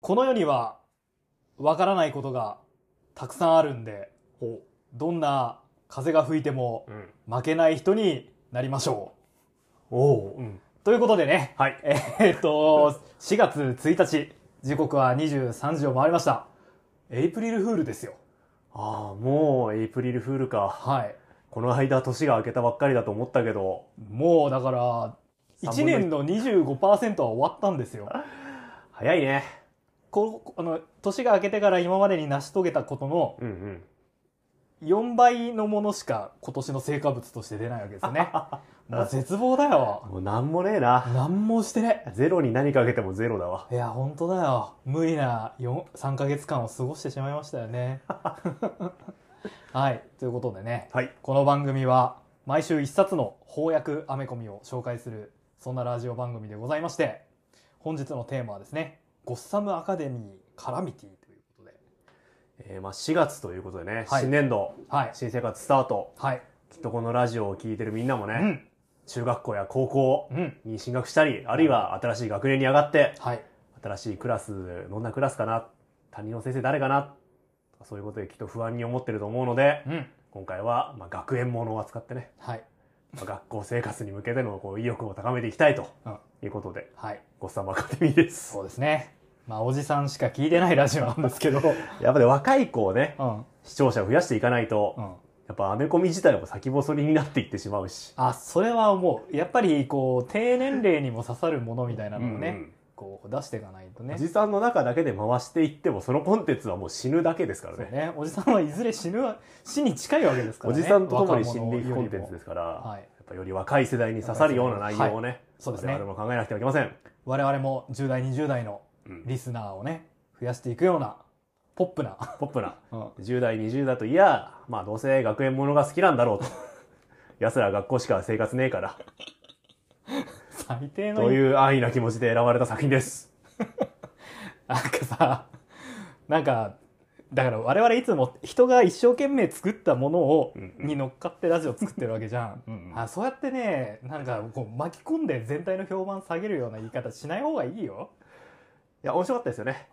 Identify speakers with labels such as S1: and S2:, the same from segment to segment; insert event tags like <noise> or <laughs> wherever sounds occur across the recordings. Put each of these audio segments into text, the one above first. S1: この世にはわからないことがたくさんあるんでどんな風が吹いても
S2: うん。
S1: 負けない人になりましょ
S2: おお。うん。
S1: うということでね
S2: はい。
S1: <laughs> えーっと4月1日時刻は23時を回りましたエイプリルフールですよ
S2: ああ、もうエイプリルフールか。
S1: はい
S2: この間年が明けたばっかりだと思ったけど、
S1: もうだから1年の25%は終わったんですよ
S2: 早いね。
S1: こあの年が明けてから今までに成し遂げたことの
S2: うんうん。
S1: 4倍のものしか今年の成果物として出ないわけですねもう絶望だよ
S2: もうなんもねえな。
S1: 何もしてね
S2: ゼロに何かけてもゼロだわ。
S1: いや本当だよ無理な4 3ヶ月間を過ごしてしまいましたよねはいということでね
S2: はい。
S1: この番組は毎週一冊の翻訳アメコミを紹介するそんなラジオ番組でございまして本日のテーマはですね「ゴッサム・アカデミー・カラミティ」ということで
S2: えー、まあ4月ということでね、
S1: はい
S2: 新年度、
S1: はい
S2: 新生活スタート。
S1: はい
S2: きっとこのラジオを聞いてるみんなもね、
S1: うん
S2: 中学校や高校
S1: うん
S2: に進学したり、あるいは新しい学年に上がって、
S1: はい
S2: 新しいクラス、どんなクラスかな、担任の先生誰かな、とかそういうことできっと不安に思ってると思うので、
S1: うん
S2: 今回は、まあ、学園ものを扱ってね、
S1: はい
S2: まあ、学校生活に向けてのこう意欲を高めていきたいと
S1: うん
S2: いうことで、
S1: はい
S2: ごっさまアカデミーです。
S1: そうですねまあおじさんしか聞いてないラジオなんですけど
S2: <laughs>
S1: うん
S2: やっぱね、若い子をね、
S1: うん
S2: 視聴者を増やしていかないと、やっぱアメコミ自体も先細りになっていってしまうし。
S1: あそれは思うやっぱりこう低年齢にも刺さるものみたいなのをね、
S2: うん
S1: こう出していかないと
S2: うん
S1: ね
S2: おじさんの中だけで回していっても、そのコンテンツはもう死ぬだけですから
S1: そう
S2: ね。
S1: ねおじさんはいずれ死ぬわ死に近いわけですから
S2: お
S1: ね
S2: じさんと共に死んでいく
S1: 若者よ
S2: コン
S1: り
S2: テ
S1: も
S2: ンツですから、
S1: はい
S2: やっぱより若い世代に刺さるような内容をね、
S1: そうですね
S2: 我々も考えなくてはいけません。
S1: 我々も10代20代の
S2: うん
S1: リスナーをね増やしていくようなポップな、
S2: ポップな。
S1: うん
S2: 10代、20代といや、まあどうせ学園ものが好きなんだろうと。
S1: <laughs>
S2: 奴ら学校しか生活ねえから。
S1: <laughs> 最低の
S2: <laughs> という安易な気持ちで選ばれた作品です。
S1: なんかさなんかだから我々いつも人が一生懸命作ったものを、
S2: うんうん
S1: に乗っかってラジオ作ってるわけじゃん
S2: うんうん
S1: あそうやってねなんかこう巻き込んで全体の評判下げるような言い方しない方がいいよ
S2: いや、面白かったですよね。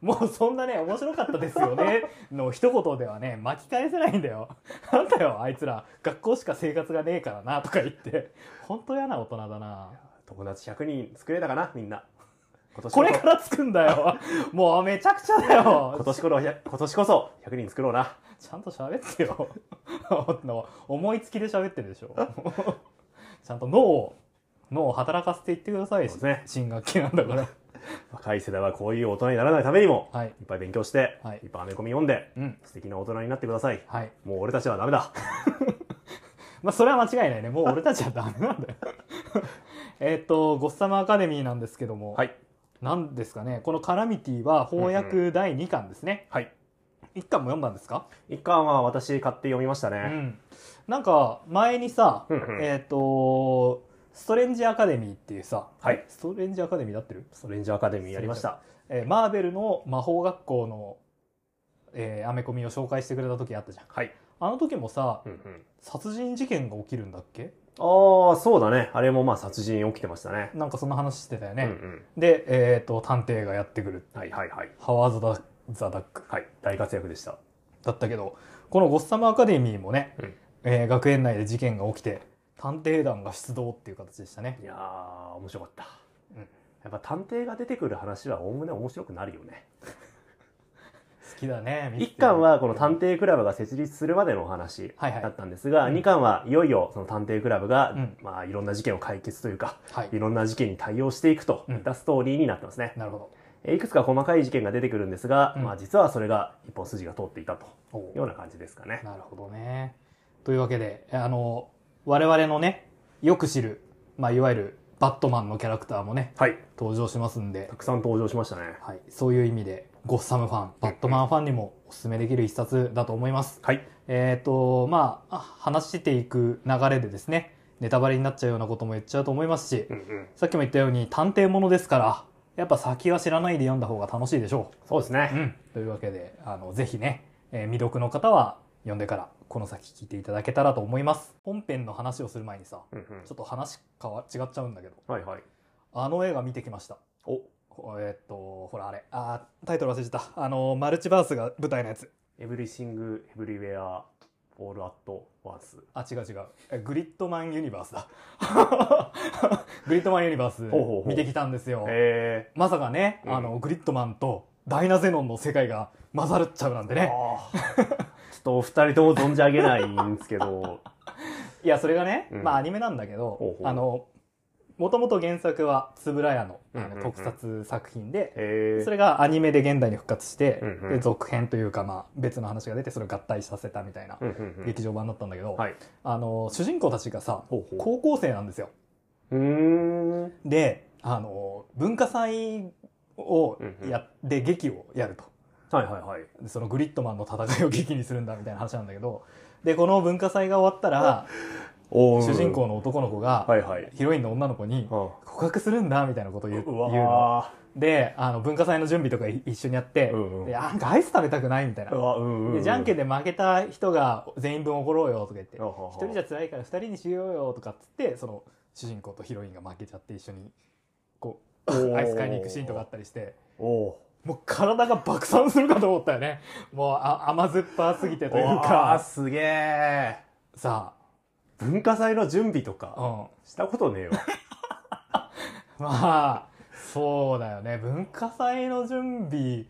S1: もうそんなね面白かったですよ
S2: <laughs>
S1: ねの一言ではね巻き返せないんだよなんだよあいつら学校しか生活がねえからなとか言って本当嫌な大人だな
S2: 友達100人作れたかな、みんな。今年
S1: こ
S2: こ
S1: れ
S2: そ
S1: か、らつくんだよもうめちゃくちゃだ
S2: 今
S1: よ
S2: 年こそ、今年こそ100人作ろうな。
S1: ちゃんと喋ってよ <laughs> の思いつきで喋ってるでしょ <laughs> ちゃんと脳を脳を働かせていってください
S2: そうですね
S1: 新学期なんだ
S2: <laughs>
S1: から
S2: 若い世代はこういう大人にならないためにも、
S1: はい
S2: いっぱい勉強して、
S1: はい
S2: い、っぱいアメコミ読んで、
S1: うん
S2: 素敵な大人になってください。
S1: はい
S2: もう俺たちはダメだ。
S1: まあそれは間違いないねもう俺たちはダメなんだ
S2: <laughs>
S1: よえっと「ゴッサムアカデミー」なんですけども、
S2: はい。
S1: なんですかねこの「カラミティ」は翻訳第2巻ですね、
S2: はい。
S1: 一1巻も読んだんですか、
S2: 一巻は私買って読みました
S1: う
S2: ね。
S1: ん、なんか前にさ、
S2: うんうん
S1: えっ、とストレンジアカデミーっていうさ、
S2: はい
S1: ストレンジアカデミーだってる、
S2: ストレンジャーアカデミーやりました。
S1: えーマーベルの魔法学校の、えーアメコミを紹介してくれた時あったじゃん
S2: はい。
S1: あの時もさ
S2: うんうん
S1: 殺人事件が起きるんだっけ
S2: ああ、そうだね。あれもまあ殺人起きてましたね。
S1: なんかそんな話してたよね、
S2: うんうん。
S1: で、えっと探偵がやってくる
S2: はいはいはい。
S1: ハワード・ダザ・ダック
S2: はい。大活躍でした。
S1: だったけどこの「ゴッサム・アカデミー」もね、
S2: うん
S1: えー学園内で事件が起きて探偵団が出動っていう形でしたね
S2: いやー、面白かった。
S1: うん
S2: やっぱ探偵が出てくる話はおおむね面白くなるよね。
S1: 好きだね
S2: 一巻はこの探偵クラブが設立するまでのお話
S1: はいはい
S2: だったんですが、
S1: うん
S2: 二巻はいよいよその探偵クラブが、
S1: うん
S2: まあいろんな事件を解決というか、
S1: はい
S2: いろんな事件に対応していくといったストーリーになってますね。
S1: なるほ
S2: えいくつか細かい事件が出てくるんですが、
S1: うん
S2: まあ実はそれが一本筋が通っていたと
S1: ど
S2: いうような感じですかね。
S1: なるほどねというわけであの我々のねよく知る、まあ、いわゆるバットマンのキャラクターもね
S2: はい。
S1: 登場しますんで
S2: た、くさん登場しましたね。
S1: はい、そういう意味でゴッサムファンバットマンファンにもおすすめできる一冊だと思います
S2: はい。
S1: えっ、と、まあ、あ話していく流れでですね、ネタバレになっちゃうようなことも言っちゃうと思いますし、
S2: うんうん。
S1: さっきも言ったように探偵ものですから、やっぱ先は知らないで読んだ方が楽しいでしょ
S2: そうです
S1: う。う
S2: ね。
S1: ん。 <laughs> というわけで、あの、ぜひね、えー未読の方は読んでから、この先聞いていただけたらと思います。本編の話をする前にさ、
S2: うんうん
S1: ちょっと話変わ違っちゃうんだけど、
S2: はいはい。
S1: あの映画見てきました。
S2: お
S1: ほえーっと、ほらあれ。あータイトル忘れてた。あの、マルチバースが舞台のやつ。
S2: エブリシング・エブリウェア・オール・アット・ワース。
S1: あ、違う違う。えグリッドマンユニバースだ。 <laughs> グリッドマンユニバース
S2: ほうほうほう
S1: 見てきたんですよ。
S2: え
S1: まさかね、
S2: うん
S1: あの、グリッドマンとダイナゼノンの世界が混ざるっちゃうなんで
S2: ー、
S1: ね。
S2: あーちょっとお二人とも存じ上げないんですけ <laughs> ど、
S1: いや、それがね、
S2: うん
S1: まあアニメなんだけど、
S2: ほうほう
S1: あの、もともと原作は円谷のあの
S2: うんうんうん
S1: 特撮作品で、
S2: えー、
S1: それがアニメで現代に復活して、
S2: うんうん
S1: で続編というか、まあ、別の話が出てそれを合体させたみたいな
S2: うんうんうん
S1: 劇場版だったんだけど、
S2: はい。
S1: あの主人公たちがさ
S2: ほうほ
S1: 高校生なんですよ。
S2: う。うーん。
S1: であの文化祭をやって劇をやると。
S2: はいはいはい。
S1: でそのグリッドマンの戦いを劇にするんだみたいな話なんだけどでこの文化祭が終わったら
S2: おー
S1: 主人。公の男の子が、
S2: はいはい。
S1: ヒロインの女の子に
S2: あ
S1: 告白するんだみたいなことを言う
S2: う
S1: 言うの
S2: わ
S1: であの文化祭の準備とかい一緒にやって、
S2: うんうん
S1: であなんかアイス食べたくないみたい
S2: ーう
S1: な、
S2: わうんうんう
S1: で
S2: ん。
S1: じゃんけん
S2: ん
S1: で負けた人が全員分おごろうよとか言って一
S2: 一
S1: 人じゃ辛いから二人にしようよとかっつってその主人公とヒロインが負けちゃって一緒にこうアイス買いに行くシーンとかあったりして。
S2: おお
S1: もう体が爆散するかと思ったよね。もうあ甘酸っぱすぎて
S2: ー。
S1: という
S2: わー
S1: か、
S2: すげえ。
S1: さ
S2: 文化祭の準備と
S1: あ、う
S2: か、
S1: ん。
S2: したことねえわ。
S1: <laughs> まあ、そうだよね。文化祭の準備、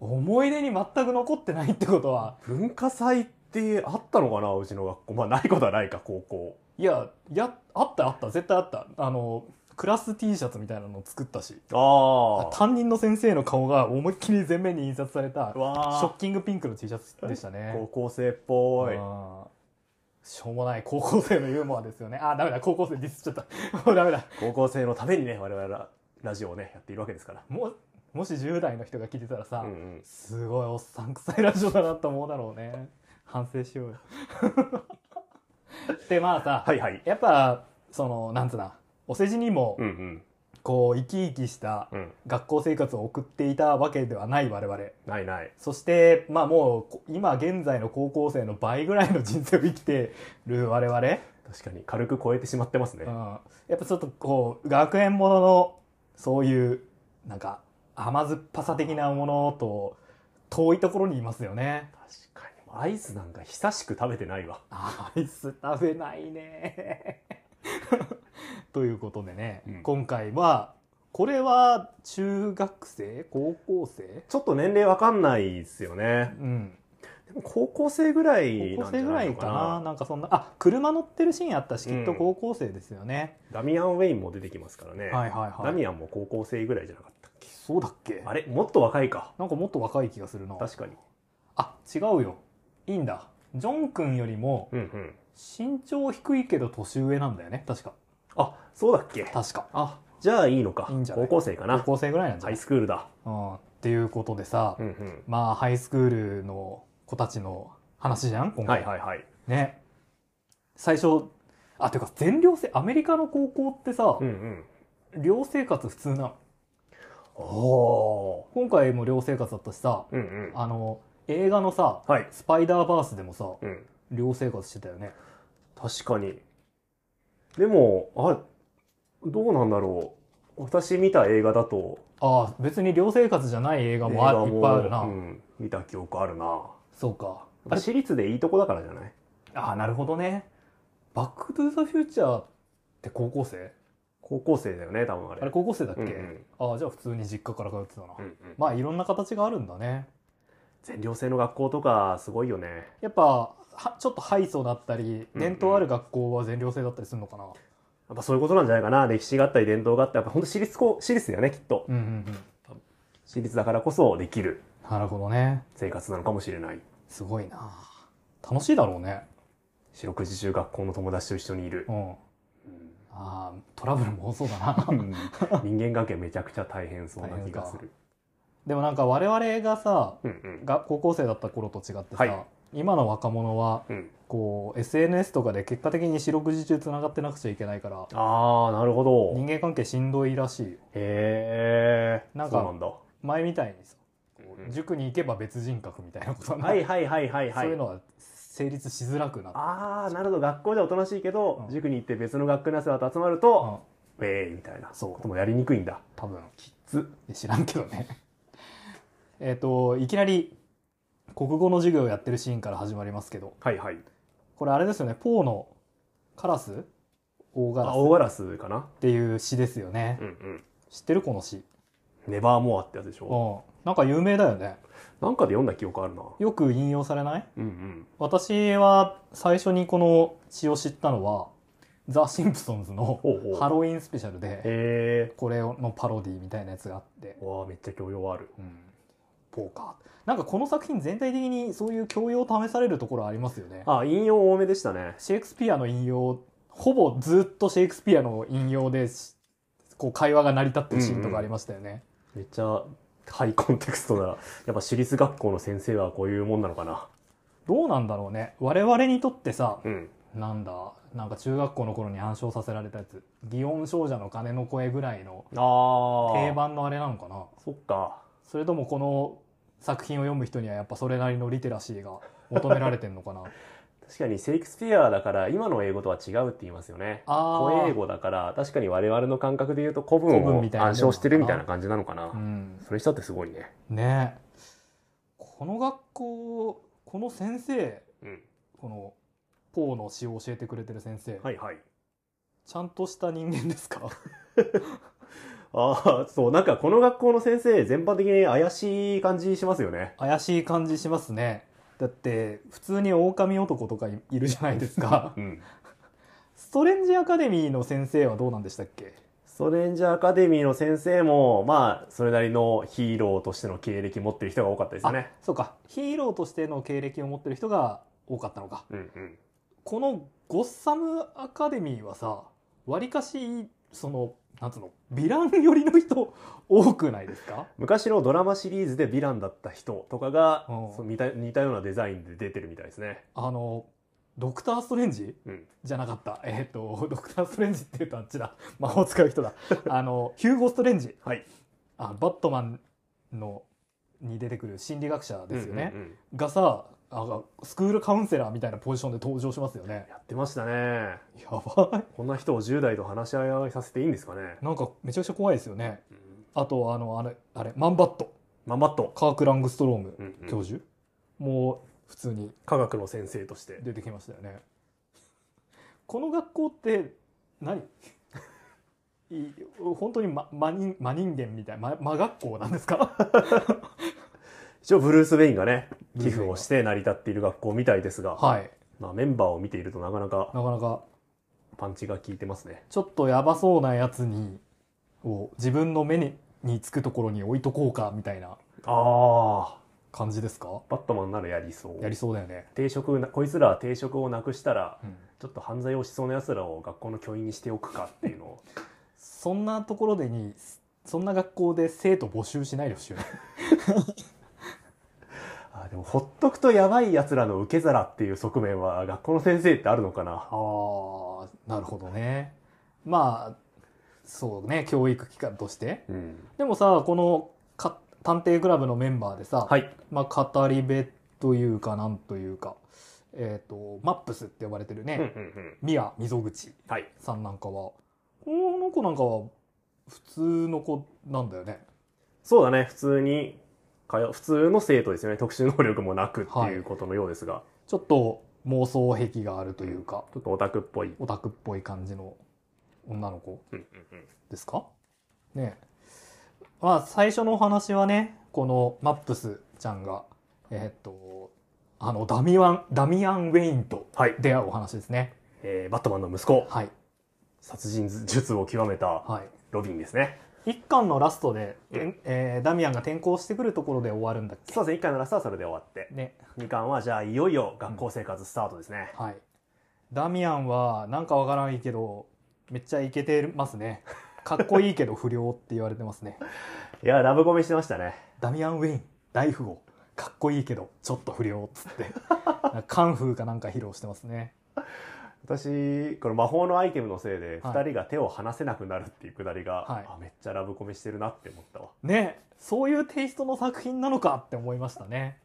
S1: 思い出に全く残ってないってことは、 <laughs>
S2: 文化祭ってあったのかなうちの学校。まあ、ないことはないか、高校。
S1: いや、や、あったあった、絶対あった。あの、クラス T シャツみたいなのを作ったし、
S2: ああ。
S1: 担任の先生の顔が思いっきり前面に印刷された、シ
S2: わ
S1: ョ
S2: あ
S1: ッ。キングピンクの T シャツでしたね。
S2: 高校生っぽい。
S1: あーしょうもない高校生のユーモアですよね。あー、ダメだ、高校生ディスっちゃった。 <laughs> もうダメだ。
S2: 高校生のためにね、我々はラジオをね、やっているわけですから。
S1: も、もし10代の人が聞いてたらさ、
S2: うんうん。
S1: すごいおっさん臭いラジオだなと思うだろうね。反省しよう
S2: <laughs>
S1: よ。で、まあさ、
S2: はいはい。
S1: やっぱ、その、なんつうな、お世辞にも、
S2: うんうん。
S1: こう、生き生きした
S2: うん。
S1: 学校生活を送っていたわけではない我々。
S2: ないない。
S1: そして、まあもうこ、今現在の高校生の倍ぐらいの人生を生きてる我々。
S2: 確かに、軽く超えてしまってますね
S1: うん。、やっぱちょっとこう学園もののそういうなんか甘酸っぱさ的なものと遠いところにいますよね
S2: 確かに。アイスなんか久しく食べてないわ。
S1: アイス食べないね <laughs> ということでね、
S2: うん
S1: 今回はこれは中学生高校生
S2: ちょっと年齢わかんないですよね。
S1: うん、
S2: でも高校生ぐらい
S1: 高
S2: な
S1: 校
S2: ん
S1: 生
S2: じゃ
S1: ぐら
S2: ない
S1: い
S2: のか
S1: か
S2: な。
S1: ななんかそんなあ車乗ってるシーンあったしきっと
S2: うん
S1: 高校生ですよね、
S2: ダミアン・ウェインも出てきますからね。
S1: はいはい
S2: ダ
S1: はい
S2: ミアンも高校生ぐらいじゃなかったっけ
S1: そうだっけ
S2: あれもっと若いか。
S1: なんかもっと若い気がするな
S2: 確かに。
S1: あ違うよいいんだジョン君よりも
S2: うんうん。
S1: 身長低いけど年上なんだよね確か
S2: あ、そうだっけ
S1: 確か
S2: あ、じゃあいいのか。
S1: いいんじゃない
S2: 高校生か
S1: 高
S2: な。
S1: 校生ぐらいなんじゃな
S2: ハイ
S1: い、
S2: スクールだ。
S1: うん、っていうことでさ、
S2: うんうん。
S1: まあハイスクールの子たちの話じゃん今
S2: は
S1: 回、
S2: いはいはい。
S1: ね最初あていうか全寮制アメリカの高校ってさ、
S2: うんうん。
S1: 寮生活普通なの
S2: おー。
S1: 今回も寮生活だったしさ
S2: うんうん。
S1: あの映画のさ
S2: はい。
S1: スパイダーバースでもさ
S2: うん。
S1: 寮生活してたよね
S2: 確かに。でも、あ、どうなんだろう。私見た映画だと、
S1: ああ別に寮生活じゃない映画もあ
S2: 映画
S1: いっぱいあるな、
S2: うん見た記憶あるな。
S1: そうか
S2: やっぱ私立でいいとこだからじゃない
S1: ああなるほどね「バック・トゥ・ザ・フューチャー」って高校生
S2: 高校生だよね、多分あれ。
S1: あれ高校生だっけ、
S2: うんうん
S1: ああじゃあ普通に実家から通ってたな、
S2: うんうん
S1: まあいろんな形があるんだね
S2: 全寮制の学校とか、すごいよね。
S1: やっぱはちょっとハイソだったり
S2: うん
S1: 伝統ある学校は全寮制だったりするのかな
S2: やっぱそういうことなんじゃないかな。歴史があったり、伝統があったり、やっぱ本当私立校、私立だよね、きっと。
S1: うんうんうん
S2: 私立だからこそできる
S1: なるほどね
S2: 生活なのかもしれない。
S1: すごいな楽しいだろうね
S2: 四六時中学校の友達と一緒にいる
S1: う。んああトラブルも多そうだな <laughs>
S2: 人間関係めちゃくちゃ大変そうな気がする。
S1: でもなんか我々がさ
S2: うんうん。
S1: が高校生だった頃と違ってさ、
S2: はい
S1: 今の若者は
S2: うん、
S1: こう SNS とかで結果的に四六時中つながってなくちゃいけないから
S2: ああ、なるほど。
S1: 人間関係しんどいらしいよ
S2: へえ。
S1: なんか
S2: そうなんだ。
S1: 前みたいにさ
S2: うん
S1: 塾に行けば別人格みたいなことはな、
S2: はいいはいはいはいはい。
S1: そういうのは成立しづらくなった
S2: ああ、なるほど。学校ではおとなしいけど、
S1: うん
S2: 塾に行って別の学校のやつらと集まると、
S1: うん
S2: ウェーイみたいな
S1: そう
S2: こともやりにくいんだ
S1: 多分
S2: きつ
S1: 知らんけどね <laughs> えっといきなり国語の授業をやってるシーンから始まりますけど
S2: はいはい
S1: これあれですよねポーの「カラス大ガラ
S2: あ
S1: ス」
S2: 大
S1: っ
S2: ガラスかな
S1: ていう詩ですよね
S2: うんうん
S1: 知ってるこの詩
S2: ネバーモアってやつでしょ
S1: うんなんか有名だよね
S2: なんかで読んだ記憶あるな
S1: よく引用されない
S2: うんうん
S1: 私は最初にこの詩を知ったのは「ザ・シンプソンズ」の
S2: ほうほう
S1: ハロウィンスペシャルで
S2: へえ
S1: これのパロディみたいなやつがあって
S2: わあめっちゃ教養ある
S1: うん、ポーカーなんかこの作品全体的にそういう教養を試されるところありますよね
S2: あ引用多めでしたね
S1: シェイクスピアの引用ほぼずっとシェイクスピアの引用でしこう会話が成り立ってるシーンとかありましたよね、
S2: めっちゃハイコンテクストなやっぱ私立学校の先生はこういうもんなのかな
S1: どうなんだろうね我々にとってさ
S2: うん
S1: なんだなんか中学校の頃に暗唱させられたやつ「祇園少女の鐘の声」ぐらいの
S2: ああ
S1: 定番のあれなのかな
S2: そっか
S1: それともこの作品を読む人にはやっぱそれなりのリテラシーが求められてんのかな
S2: 確かにシェイクスピアだから今の英語とは違うって言いますよね
S1: あー
S2: 古英語だから確かに我々の感覚で言うと古文
S1: 古文
S2: を
S1: みたいな
S2: 暗唱してるみたいな感じなのかな
S1: うん
S2: それしたってすごいね
S1: ねえこの学校この先生
S2: うん
S1: このポーの詩を教えてくれてる先生、
S2: はいはい
S1: ちゃんとした人間ですか <laughs>
S2: ああそうなんかこの学校の先生全般的に怪しい感じしますよね
S1: 怪しい感じしますねだって普通に狼男とかいいるじゃないですか
S2: うん
S1: ストレンジアカデミーの先生はどうなんでしたっけ
S2: ストレンジャーアカデミーの先生もまあそれなりのヒーローとしての経歴持ってる人が多かったですよね
S1: そうかヒーローとしての経歴を持ってる人が多かったのか
S2: うんうん
S1: このゴッサムアカデミーはさわりかしそのなんつうのヴィラン寄りの人多くないですか
S2: 昔のドラマシリーズでヴィランだった人とかが
S1: うん
S2: そう似た似たようなデザインで出てるみたいですね
S1: あの、ドクター・ストレンジ
S2: うん
S1: じゃなかった。 <laughs> えっ、と、ドクター・ストレンジって言うとあっちだ。 <laughs> 魔法使う人
S2: <laughs>
S1: だ。あの、ヒューゴ・ストレンジ。
S2: はい
S1: あ、バットマンの、に出てくる心理学者ですよね。
S2: うんうんうん
S1: がさ、あスクールカウンセラーみたいなポジションで登場しますよね。
S2: やってましたね
S1: やばい。
S2: こんな人を10代と話し合いさせていいんですかね、
S1: なんかめちゃくちゃ怖いですよね。
S2: うん、
S1: あと、あの、あれ、あれ、マンバット。
S2: マンバット、
S1: カーク・ラングストローム
S2: うんうん
S1: 教授、もう普通に
S2: 科学の先生として
S1: 出てきましたよね <laughs> この学校って何 <laughs> い本当にま真人真人間みたいな真学校なんですか
S2: 一応ブルース・ウェインがね
S1: ブルー
S2: 寄
S1: スウェインが
S2: 付をして成り立っている学校みたいですが、
S1: <laughs> はい
S2: まあ、メンバーを見ているとなかなか
S1: なかなか
S2: パンチが効いてますね
S1: ちょっとやばそうなやつにを自分の目ににつくところに置いとこうかみたいな
S2: ああ
S1: 感じですか
S2: バットマンならやりそう
S1: やりそうだよね、
S2: 定職なこいつらは定職をなくしたら
S1: うん
S2: ちょっと犯罪をしそうなやつらを学校の教員にしておくかっていうのを
S1: そんなところでにそんな学校で生徒募集しないでほしいよね
S2: <laughs> あーでもほっとくとやばいやつらの受け皿っていう側面は学校の先生ってあるのかな
S1: <laughs> あーなるほどねまあそうね教育機関として
S2: うん
S1: でもさこのか探偵クラブのメンバーでさ、
S2: はい
S1: まあ、語り部というかなんというか、えー、とマップスって呼ばれてる
S2: うんうん
S1: ね、
S2: うん
S1: 宮溝口
S2: はい
S1: さんなんかはこの子なんかは普通の子なんだよね。
S2: そうだね普通に通う普通の生徒ですよね特殊能力もなくって
S1: はい
S2: いうことのようですが、
S1: ちょっと妄想癖があるというか、
S2: ちょっとオタクっぽい、
S1: オタクっぽい感じの女の子
S2: うんうんうん
S1: ですかねえまあ最初のお話はねこのマップスちゃんがえっ、とあのダミワンダミアン・ウェインと
S2: はい、
S1: 出会うお話ですね
S2: えーバットマンの息子
S1: はい
S2: 殺人術を極めた
S1: はい
S2: ロビンですね
S1: 一巻のラストで、
S2: うん
S1: えんえーダミアンが転校してくるところで終わるんだっけ
S2: そうですね1巻のラストはそれで終わって
S1: ね
S2: 2巻はじゃあいよいよ学校生活スタートですね、
S1: はいダミアンはなんかわからんけどめっちゃイケてますねかっこいいけど不良って言われてますね
S2: いやラブコメしてましたね
S1: ダミアン・ウェイン大富豪かっこいいけどちょっと不良っつってなんかカンフーかなんか披露してますね
S2: 私この魔法のアイテムのせいで
S1: はい
S2: 2人が手を離せなくなるっていうくだりが、
S1: はい
S2: あめっちゃラブコメしてるなって思ったわ
S1: ねそういうテイストの作品なのかって思いましたね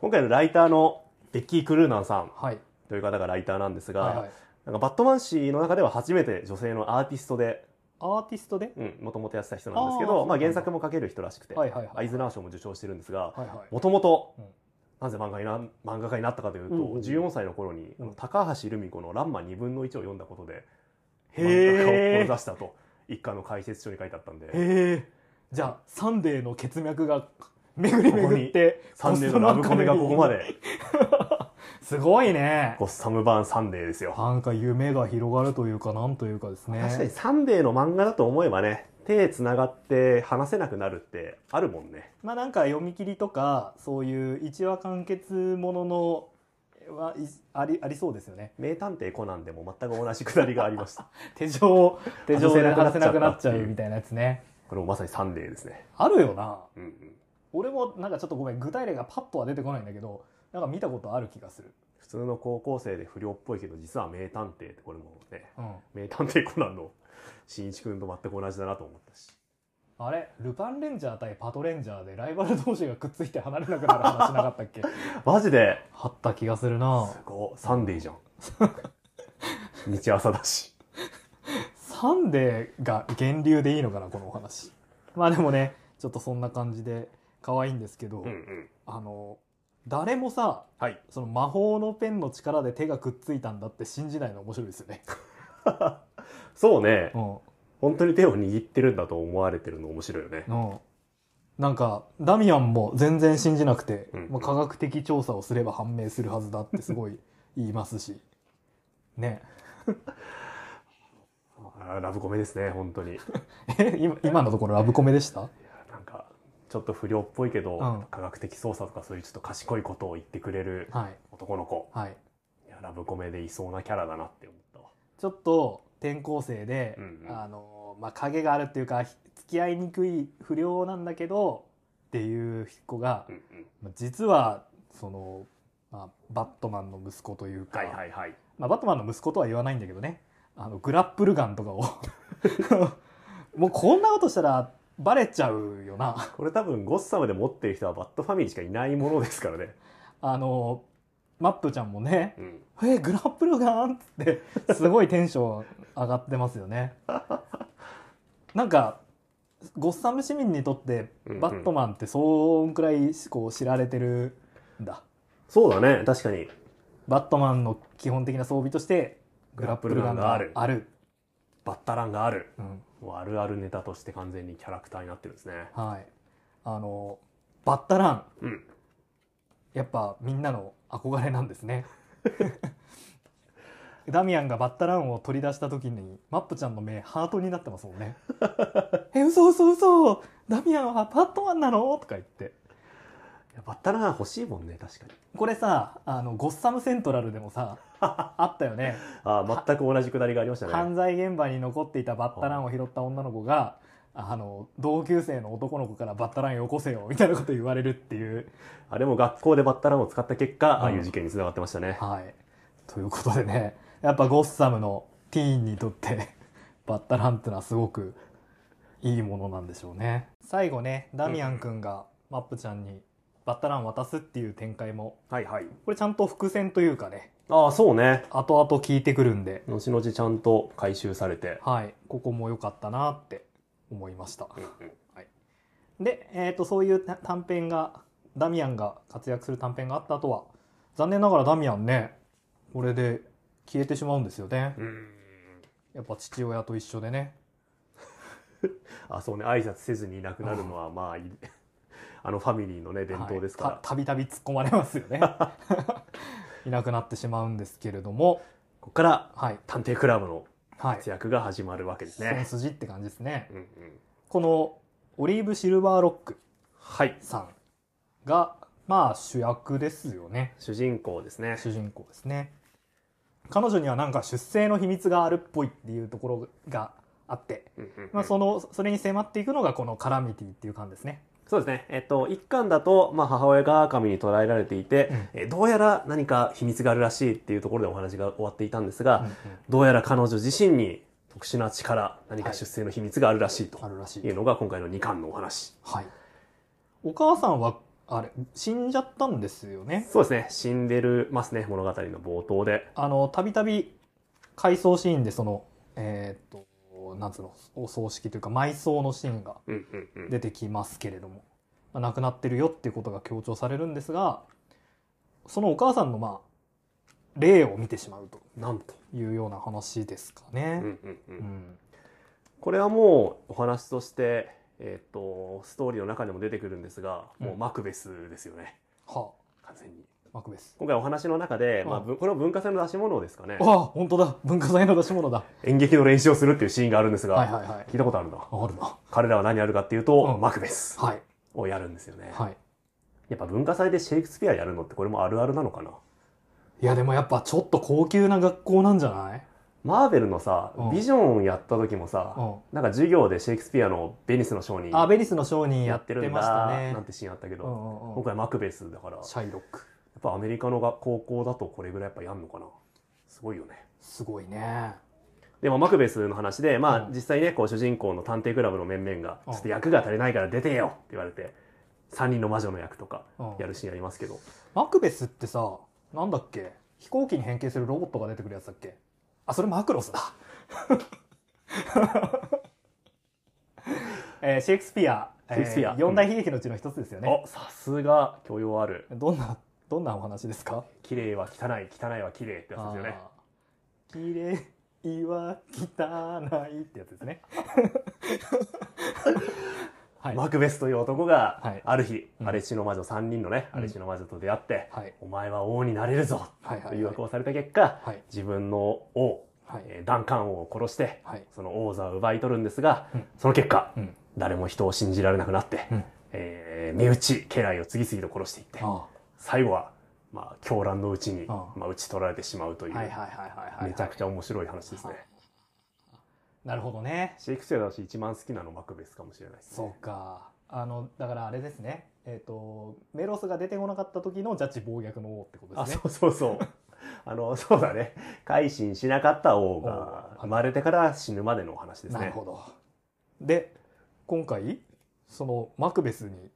S2: 今回のライターのベッキー・クルーナンさん
S1: はい
S2: という方がライターなんですが、
S1: はいはい
S2: なんかバットマン誌の中では初めて女性のアーティストで
S1: アーティストで
S2: うん、もともとやってた人なんですけど
S1: あー
S2: まあ、原作も書ける人らしくて、
S1: はいはいはい
S2: アイズナー賞も受賞してるんですが
S1: はいはい
S2: もともと
S1: うん
S2: なぜ漫画にな漫画家になったかというと、
S1: うんうんうん
S2: 14歳の頃に、
S1: うん
S2: 高橋留美子の「ランマ2分の1」を読んだことで
S1: へ
S2: 漫
S1: ー
S2: 画家を志したと一家の解説書に書いてあったんで
S1: へえじゃあサンデーの血脈が巡り巡って
S2: サンデーのラブコメがここまで
S1: すごいね
S2: ゴッサム版サンデーですよ。
S1: なんか夢が広がるというかなんというかですね
S2: 確かにサンデーの漫画だと思えばね手つながって話せなくなるってあるもんね
S1: まあなんか読み切りとかそういう一話完結もののはいありありそうですよね
S2: 名探偵コナンでも全く同じくだりがありました
S1: <laughs> 手錠手錠で
S2: 外
S1: 外
S2: せ
S1: せ
S2: な
S1: な
S2: く
S1: く
S2: な
S1: な
S2: っ
S1: っ
S2: ち
S1: ち
S2: ゃ
S1: ゃ
S2: う
S1: う
S2: み
S1: みたいなやつね
S2: これもまさにサンデーですね、
S1: あるよな
S2: うんうん、
S1: 俺もなんかちょっとごめん具体例がパッとは出てこないんだけどなんか見たことある気がする、
S2: 普通の高校生で不良っぽいけど実は名探偵ってこれもね
S1: うん、
S2: 名探偵コナンの新一君と全く同じだなと思ったし
S1: あれルパンレンジャー対パトレンジャーでライバル同士がくっついて離れなくなる話なかったっけ
S2: マジで
S1: <laughs> あった気がするな
S2: すごいサンデ <laughs> ーじゃん日朝だし
S1: サンデーが源流でいいのかなこのお話 <laughs> まあでもねちょっとそんな感じで可愛いんですけど、
S2: うんうん
S1: あの誰もさ
S2: はい
S1: その魔法のペンの力で手がくっついたんだって信じないの面白いですよ <laughs> ね、
S2: そうね
S1: うん
S2: 本当に手を握ってるんだと思われてるの面白いよね
S1: うんなんかダミアンも全然信じなくて、
S2: うん
S1: まあ、科学的調査をすれば判明するはずだってすごい言いますしね
S2: あーラブコメですね本当に
S1: え <laughs> 今今のところラブコメでした
S2: なんかちょっと不良っぽいけど、
S1: うん
S2: 科学的操作とかそういうちょっと賢いことを言ってくれる
S1: はい
S2: 男の子
S1: はい
S2: いやラブコメでいそうなキャラだなって思ったわ
S1: ちょっと転校生で、
S2: うんうん
S1: あのまあ、影があるっていうかひ付き合いにくい不良なんだけどっていう子が、
S2: うんうん
S1: まあ実はその、まあ、バットマンの息子というか、
S2: はいはいはい
S1: まあ、バットマンの息子とは言わないんだけどねあのグラップルガンとかを <laughs> もうこんなことしたらバレちゃうよな
S2: これ多分ゴッサムで持ってる人はバッドファミリーしかいないものですからね、
S1: あのマップちゃんもね
S2: うん、
S1: 「えグラップルガン!」っつってすごいテンション上がってますよ <laughs> ねなんかゴッサム市民にとって
S2: うんうん
S1: バットマンってそんくらいこう知られてるんだ
S2: そうだね確かに
S1: バットマンの基本的な装備としてグラップルガンがある
S2: グラッバッタランがある
S1: うん
S2: もうあるあるネタとして完全にキャラクターになってるんですね
S1: はいあのバッタラン
S2: うん
S1: やっぱみんなの憧れなんですね <laughs> ダミアンがバッタランを取り出した時にマップちゃんの目ハートになってますもんね <laughs> え嘘嘘嘘ダミアンはバットマンなのとか言って
S2: いやバッタラン欲しいもんね確かに
S1: これさあのゴッサムセントラルでも <laughs> さあったよね
S2: ああ全く同じくだりがありましたね
S1: 犯罪現場に残っていたバッタランを拾った女の子があの同級生の男の子からバッタランよこせよみたいなこと言われるっていう
S2: あれも学校でバッタランを使った結果、
S1: ん
S2: ああいう事件につながってましたね
S1: はい。ということでね、やっぱゴッサムのティーンにとって、 <laughs> バッタランってのはすごくいいものなんでしょうね。最後ね、ダミアンくんがマップちゃんにバッタラン渡すっていう展開も、
S2: はいはい
S1: これちゃんと伏線というかね、
S2: ああそうね
S1: 後々聞いてくるんで、
S2: 後々ちゃんと回収されて、
S1: はい、ここも良かったなって思いました。
S2: うん
S1: で、えっ、と、そういうた短編が、ダミアンが活躍する短編があった後は、残念ながらダミアンね、これで消えてしまうんですよね。やっぱ父親と一緒でね。
S2: あそうね挨拶せずにいなくなるのはまあい <laughs> あのファミリーのね伝統ですから、
S1: はいたたびたび突っ込まれますよ
S2: <laughs>
S1: ねいなくなってしまうんですけれども
S2: ここから
S1: はい
S2: 探偵クラブの
S1: はい
S2: 活躍が始まるわけです
S1: 本
S2: ね、
S1: 筋って感じですね
S2: うんうん
S1: このオリーブ・シルバーロック
S2: はい
S1: さんがまあ主役ですよね
S2: 主人公ですね
S1: 主人公ですね彼女にはなんか出生の秘密があるっぽいっていうところがあって、
S2: うんうんうん
S1: まあ、そのそれに迫っていくのがこのカラミティっていう感じですね
S2: そうですね、えっと、一巻だと、まあ、母親が神に捕らえられていて、えどうやら何か秘密があるらしいっていうところでお話が終わっていたんですが、
S1: うんうん
S2: どうやら彼女自身に特殊な力何か
S1: はい
S2: 出世の秘密があるらしいと
S1: あるらしい
S2: いうのが今回の2巻のお話
S1: はい。お母さんは、あれ、死んじゃったんですよね。
S2: そうですね死んでるますね物語の冒頭で
S1: あの、たびたび、回想シーンで、その、えーっと、こうなんつうのお葬式というか埋葬のシーンが
S2: うんうんうん
S1: 出てきますけれども、まあ、亡くなってるよっていうことが強調されるんですがそのお母さんのまあ霊を見てしまうと
S2: なんと、
S1: いうような話ですか
S2: う
S1: ね。
S2: んうんう
S1: うんん
S2: これはもうお話として、えっとストーリーの中にも出てくるんですが、もうマクベスですよね
S1: は
S2: 完全に
S1: あ、マクベス
S2: 今回お話の中で、
S1: うん
S2: まあ、ぶこれも文化祭の出し物ですかね
S1: ああ本当だ文化財の出し物だ
S2: 演劇の練習をするっていうシーンがあるんですが、
S1: はいはいはい
S2: 聞いたことあるな
S1: あるな
S2: 彼らは何やるかっていうと、
S1: うん
S2: マクベス
S1: はい
S2: をやるんですよね、
S1: はい
S2: やっぱ文化祭でシェイクスピアやるのってこれもあるあるなのかない
S1: やでもやっぱちょっと高級な学校なんじゃない
S2: マーベルのさ、
S1: うん
S2: ビジョンやった時もさ、
S1: うん
S2: なんか授業でシェイクスピアのベニスの商人
S1: あベリスの商人
S2: や
S1: や
S2: っ
S1: ってて
S2: るん
S1: ました
S2: だ、
S1: ね
S2: なんてシーンあったけど、
S1: うんうんうん
S2: 今回マクベスだから、や
S1: シャイロック
S2: っぱアメリカのが高校だとこれぐらいやっぱやんのかな。すごいよね。
S1: すごいね
S2: でもマクベスの話で、まあ
S1: うん
S2: 実際ね、こう主人公の探偵クラブの面々が、
S1: うん
S2: ちょっと役が足りないから出てよって言われて、三人の魔女の役とか
S1: うん
S2: やるシーンありますけど、
S1: マクベスってさなんだっけ飛行機に変形するロボットが出てくるやつだっけあそれマクロスだ <laughs> えーシェイクスピア
S2: シェイクスピア
S1: えー四大悲劇のうちの一つですよね、
S2: おさすが教養ある。
S1: どんなどんなお話ですか
S2: 綺麗は汚い、汚いは綺麗ってやつですよね。
S1: あー綺麗は汚いってやつです <laughs> ねはい、
S2: マクベスという男が、
S1: はい
S2: ある日、
S1: うん
S2: 荒地の魔女3人のね、
S1: うん
S2: 荒地の魔女と出会って、
S1: はい
S2: お前は王になれるぞ、
S1: はい
S2: と
S1: はい
S2: 誘
S1: はい
S2: 惑をされた結果、
S1: はい
S2: 自分の王、
S1: はい
S2: えー、ダンカン王を殺して、
S1: はい
S2: その王座を奪い取るんですが、
S1: うん
S2: その結果、
S1: うん
S2: 誰も人を信じられなくなって、
S1: うん
S2: えー身内、家来を次々と殺していって、
S1: あ
S2: 最後は、まあ、狂乱のうちに、
S1: あ
S2: まあ、討ち取られてしまうとい
S1: ー
S2: う、
S1: はいはいはいはいはい
S2: めちゃくちゃ面白い話ですね。
S1: なるほどね
S2: シェイクスピアだし、一番好きなのマクベスかもしれないですね
S1: そうかあのだからあれですねえっ、とメロスが出てこなかった時のジャッジ暴虐の王ってことで
S2: あ、
S1: すね
S2: そうそうそう。 <laughs> あの、そうだね。改心しなかった王が
S1: 王
S2: 生まれてから死ぬまでのお話ですね。
S1: なるほどで今回そのマクベスに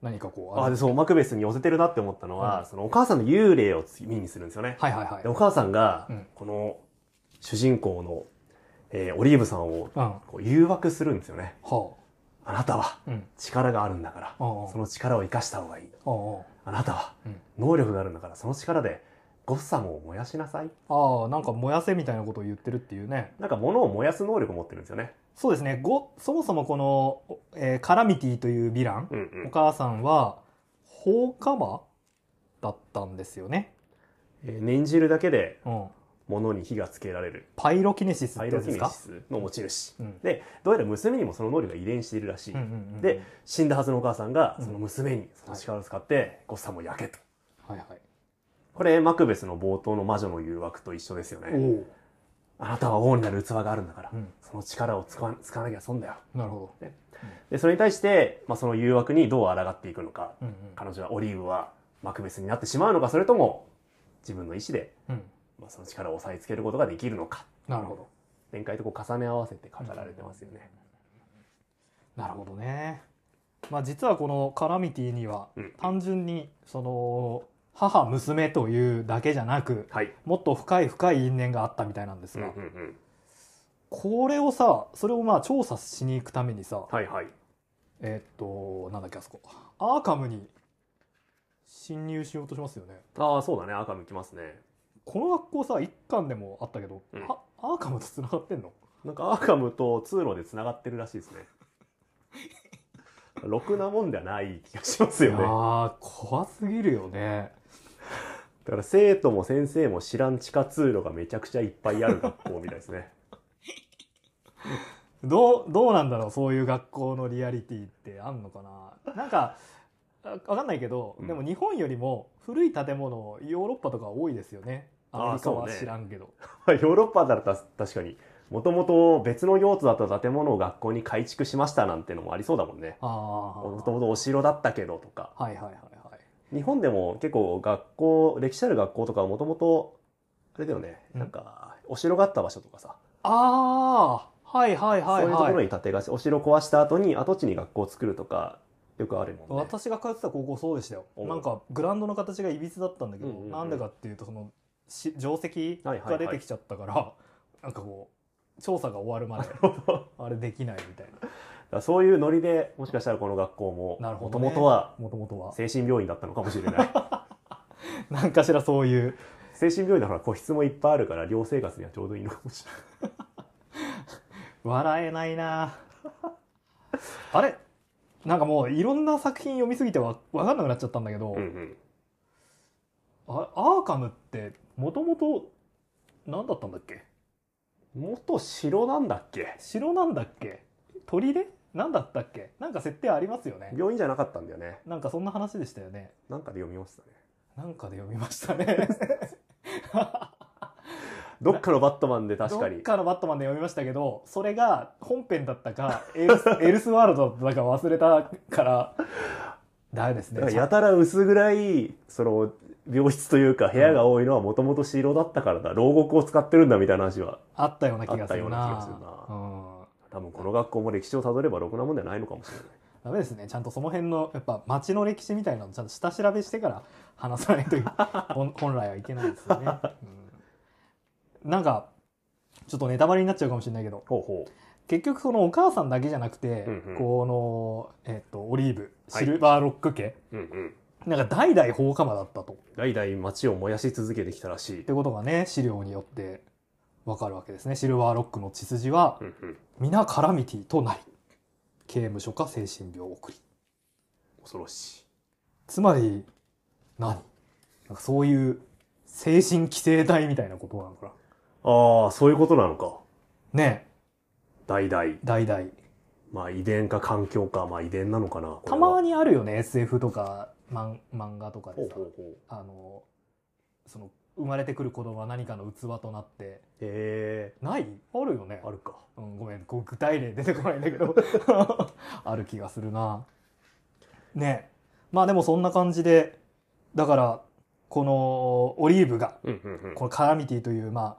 S1: 何かこう
S2: あ、で、
S1: る
S2: そう、マクベスに寄せてるなって思ったのは、
S1: うん
S2: そのお母さんの幽霊を見にするんですよね。
S1: はいはいはい
S2: でお母さんが、
S1: うん
S2: この主人公の、えーオリーブさんを
S1: うんは
S2: こう誘惑するんですよね。
S1: あ
S2: あなたは
S1: うん
S2: 力があるんだから、
S1: ああ
S2: その力を生かした方がいい。
S1: ああ
S2: あなたは
S1: うん
S2: 能力があるんだから、その力でゴッサムを燃やしなさい。
S1: ああなんか燃やせみたいなことを言ってるっていうね
S2: なんか物を燃やす能力を持ってるんですよね。
S1: そうですねごそもそもこの、えーカラミティというヴィラン、
S2: うんう
S1: お
S2: ん。
S1: 母さんは放火魔だったんですよね、
S2: えー念じるだけで
S1: うん、
S2: 物に火がつけられる
S1: パイロキネシスっ
S2: パ
S1: て
S2: イ
S1: や
S2: ロ
S1: つ
S2: キ
S1: で
S2: ネ
S1: す
S2: シ
S1: か
S2: スの持ち主
S1: うん
S2: でどうやら娘にもその能力が遺伝しているらしい、
S1: うんうんうんうん
S2: で死んだはずのお母さんが
S1: うん
S2: その娘にその力を使ってゴッサムを焼けと
S1: はいはい
S2: これマクベスの冒頭の魔女の誘惑と一緒ですよ
S1: お
S2: ねあなたは王になる器があるんだから、
S1: うん
S2: その力を使わ使わなきゃ損だよ
S1: なるほど
S2: でそれに対して、まあ、その誘惑にどう抗っていくのか、
S1: うんうん
S2: 彼女はオリーブはマクベスになってしまうのかそれとも自分の意志で、
S1: うん
S2: まあ、その力を抑えつけることができるのか
S1: なるほど
S2: 展開とこう重ね合わせて語られてますよね、
S1: なるほどねまあ実はこのカラミティには
S2: うん
S1: 単純にその母娘というだけじゃなく
S2: はい。
S1: もっと深い深い因縁があったみたいなんです
S2: うん
S1: が、
S2: うんうん。
S1: これをさそれをまあ調査しに行くためにさ、
S2: はいはい。
S1: えーっとなんだっけあそこアーカムに侵入しようとしますよね
S2: ああ、そうだね。赤向きますね。
S1: この学校さ一巻でもあったけど、
S2: うん
S1: あアーカムと繋がってんの
S2: なんかアーカムと通路で繋がってるらしいですね。 <laughs> ろくなもんではない気がしますよね。
S1: あー怖すぎるよね
S2: だから生徒も先生も知らん地下通路がめちゃくちゃいっぱいある学校みたいですね。
S1: どうどうなんだろうそういう学校のリアリティってあんのかななんかあわかんないけど、
S2: うん
S1: でも日本よりも古い建物ヨーロッパとか多いですよね
S2: あー
S1: アメリカ
S2: そう
S1: は
S2: ね
S1: 知らんけど、
S2: ヨーロッパだったら確かに、もともと別の用途だった建物を学校に改築しましたなんてのもありそうだもんね。
S1: ああ
S2: もともとお城だったけどとか。
S1: はいはいはいはい
S2: 日本でも結構学校、歴史ある学校とかはもともと、あれだよね、
S1: うん
S2: なんか、お城があった場所とかさ、
S1: ああはいはいはい
S2: そういうところ
S1: はい
S2: に建てがち、お城壊した後に跡地に学校を作るとか、よくあるもん <laughs> ね。
S1: 私が通ってた高校そうでしたよ
S2: お
S1: なんかグラウンドの形がいびつだったんだけど、
S2: うんうんうん
S1: なんでかっていうとそのし定石
S2: はいはいは
S1: <laughs>
S2: い
S1: が出てきちゃったから、なんかこう調査が終わるま
S2: <laughs>
S1: であれできないみたい
S2: らそういうノリでもしかしたらこの学校も
S1: なるほ
S2: も
S1: ど
S2: と
S1: ね
S2: もとは
S1: なもともとは
S2: 精神病院だったのかもしれ
S1: <laughs>
S2: ない
S1: 何かしらそういう
S2: 精神病院のほら個室もいっぱいあるから寮生活にはちょうどいいのかもしれない
S1: 笑えないな <laughs> あれなんかもういろんな作品読みすぎてわ分かんなくなっちゃったんだけど、
S2: うんうん
S1: あアーカムってもともと何だったんだっけ
S2: 元城なんだっけ
S1: 城なんだっけ鳥で何だったっけなんか設定ありますよね
S2: 病院じゃなかったんだよね
S1: なんかそんな話でしたよね
S2: なんかで読みましたね
S1: なんかで読みましたね
S2: どっかのバットマンで確か
S1: どっ
S2: に
S1: かのバットマンで読みましたけどそれが本編だったかエ
S2: <laughs>
S1: ルスエルスワールドだったか忘れたからダメです
S2: だか
S1: ね
S2: らやたら薄暗いその病室というか部屋が多いのはもともと城だったからだ牢獄を使ってるんだみたいな話は
S1: あったような気がするな
S2: あったような気がするな
S1: うん
S2: 多分この学校も歴史をたどればろくなもんではないのかもしれない
S1: ダメですねちゃんとその辺のやっぱ街の歴史みたいなのちゃんと下調べしてから話さないとい <laughs> 本本来はいけないですよね、うんなんかちょっとネタバレになっちゃうかもしれないけど
S2: ほうほ
S1: 結局そのお母さんだけじゃなくて、
S2: うんうん
S1: この、えっとオリーブ
S2: はい
S1: シルバーロック家、
S2: ううんうん
S1: なんか代々放火魔だったとっ
S2: 代々町を燃やし続けてきたらしい
S1: てことがね資料によってわかるわけですねシルバーロックの血筋は
S2: うんうん
S1: 皆カラミティとなり刑務所か精神病を送り
S2: 恐ろしい
S1: つまり何なんかそういう精神規制体みたいなことなのか
S2: ああそういうことなのか
S1: なねえ
S2: 代々
S1: 代々
S2: まあ遺伝か環境かまあ遺伝なのかな
S1: たま
S2: に
S1: にあるよね SF とかマン漫画とか
S2: ほ
S1: で
S2: う
S1: さ
S2: ほうほう
S1: あのその生まれてくる子供は何かの器となって
S2: へえ
S1: ないあるよね
S2: あるか
S1: うん、ごめんこう具体例出てこないんだけ
S2: <laughs>
S1: どある気がするなねえまあでもそんな感じでだからこのオリーブが
S2: うんうんうん
S1: このカラミティという、まあ、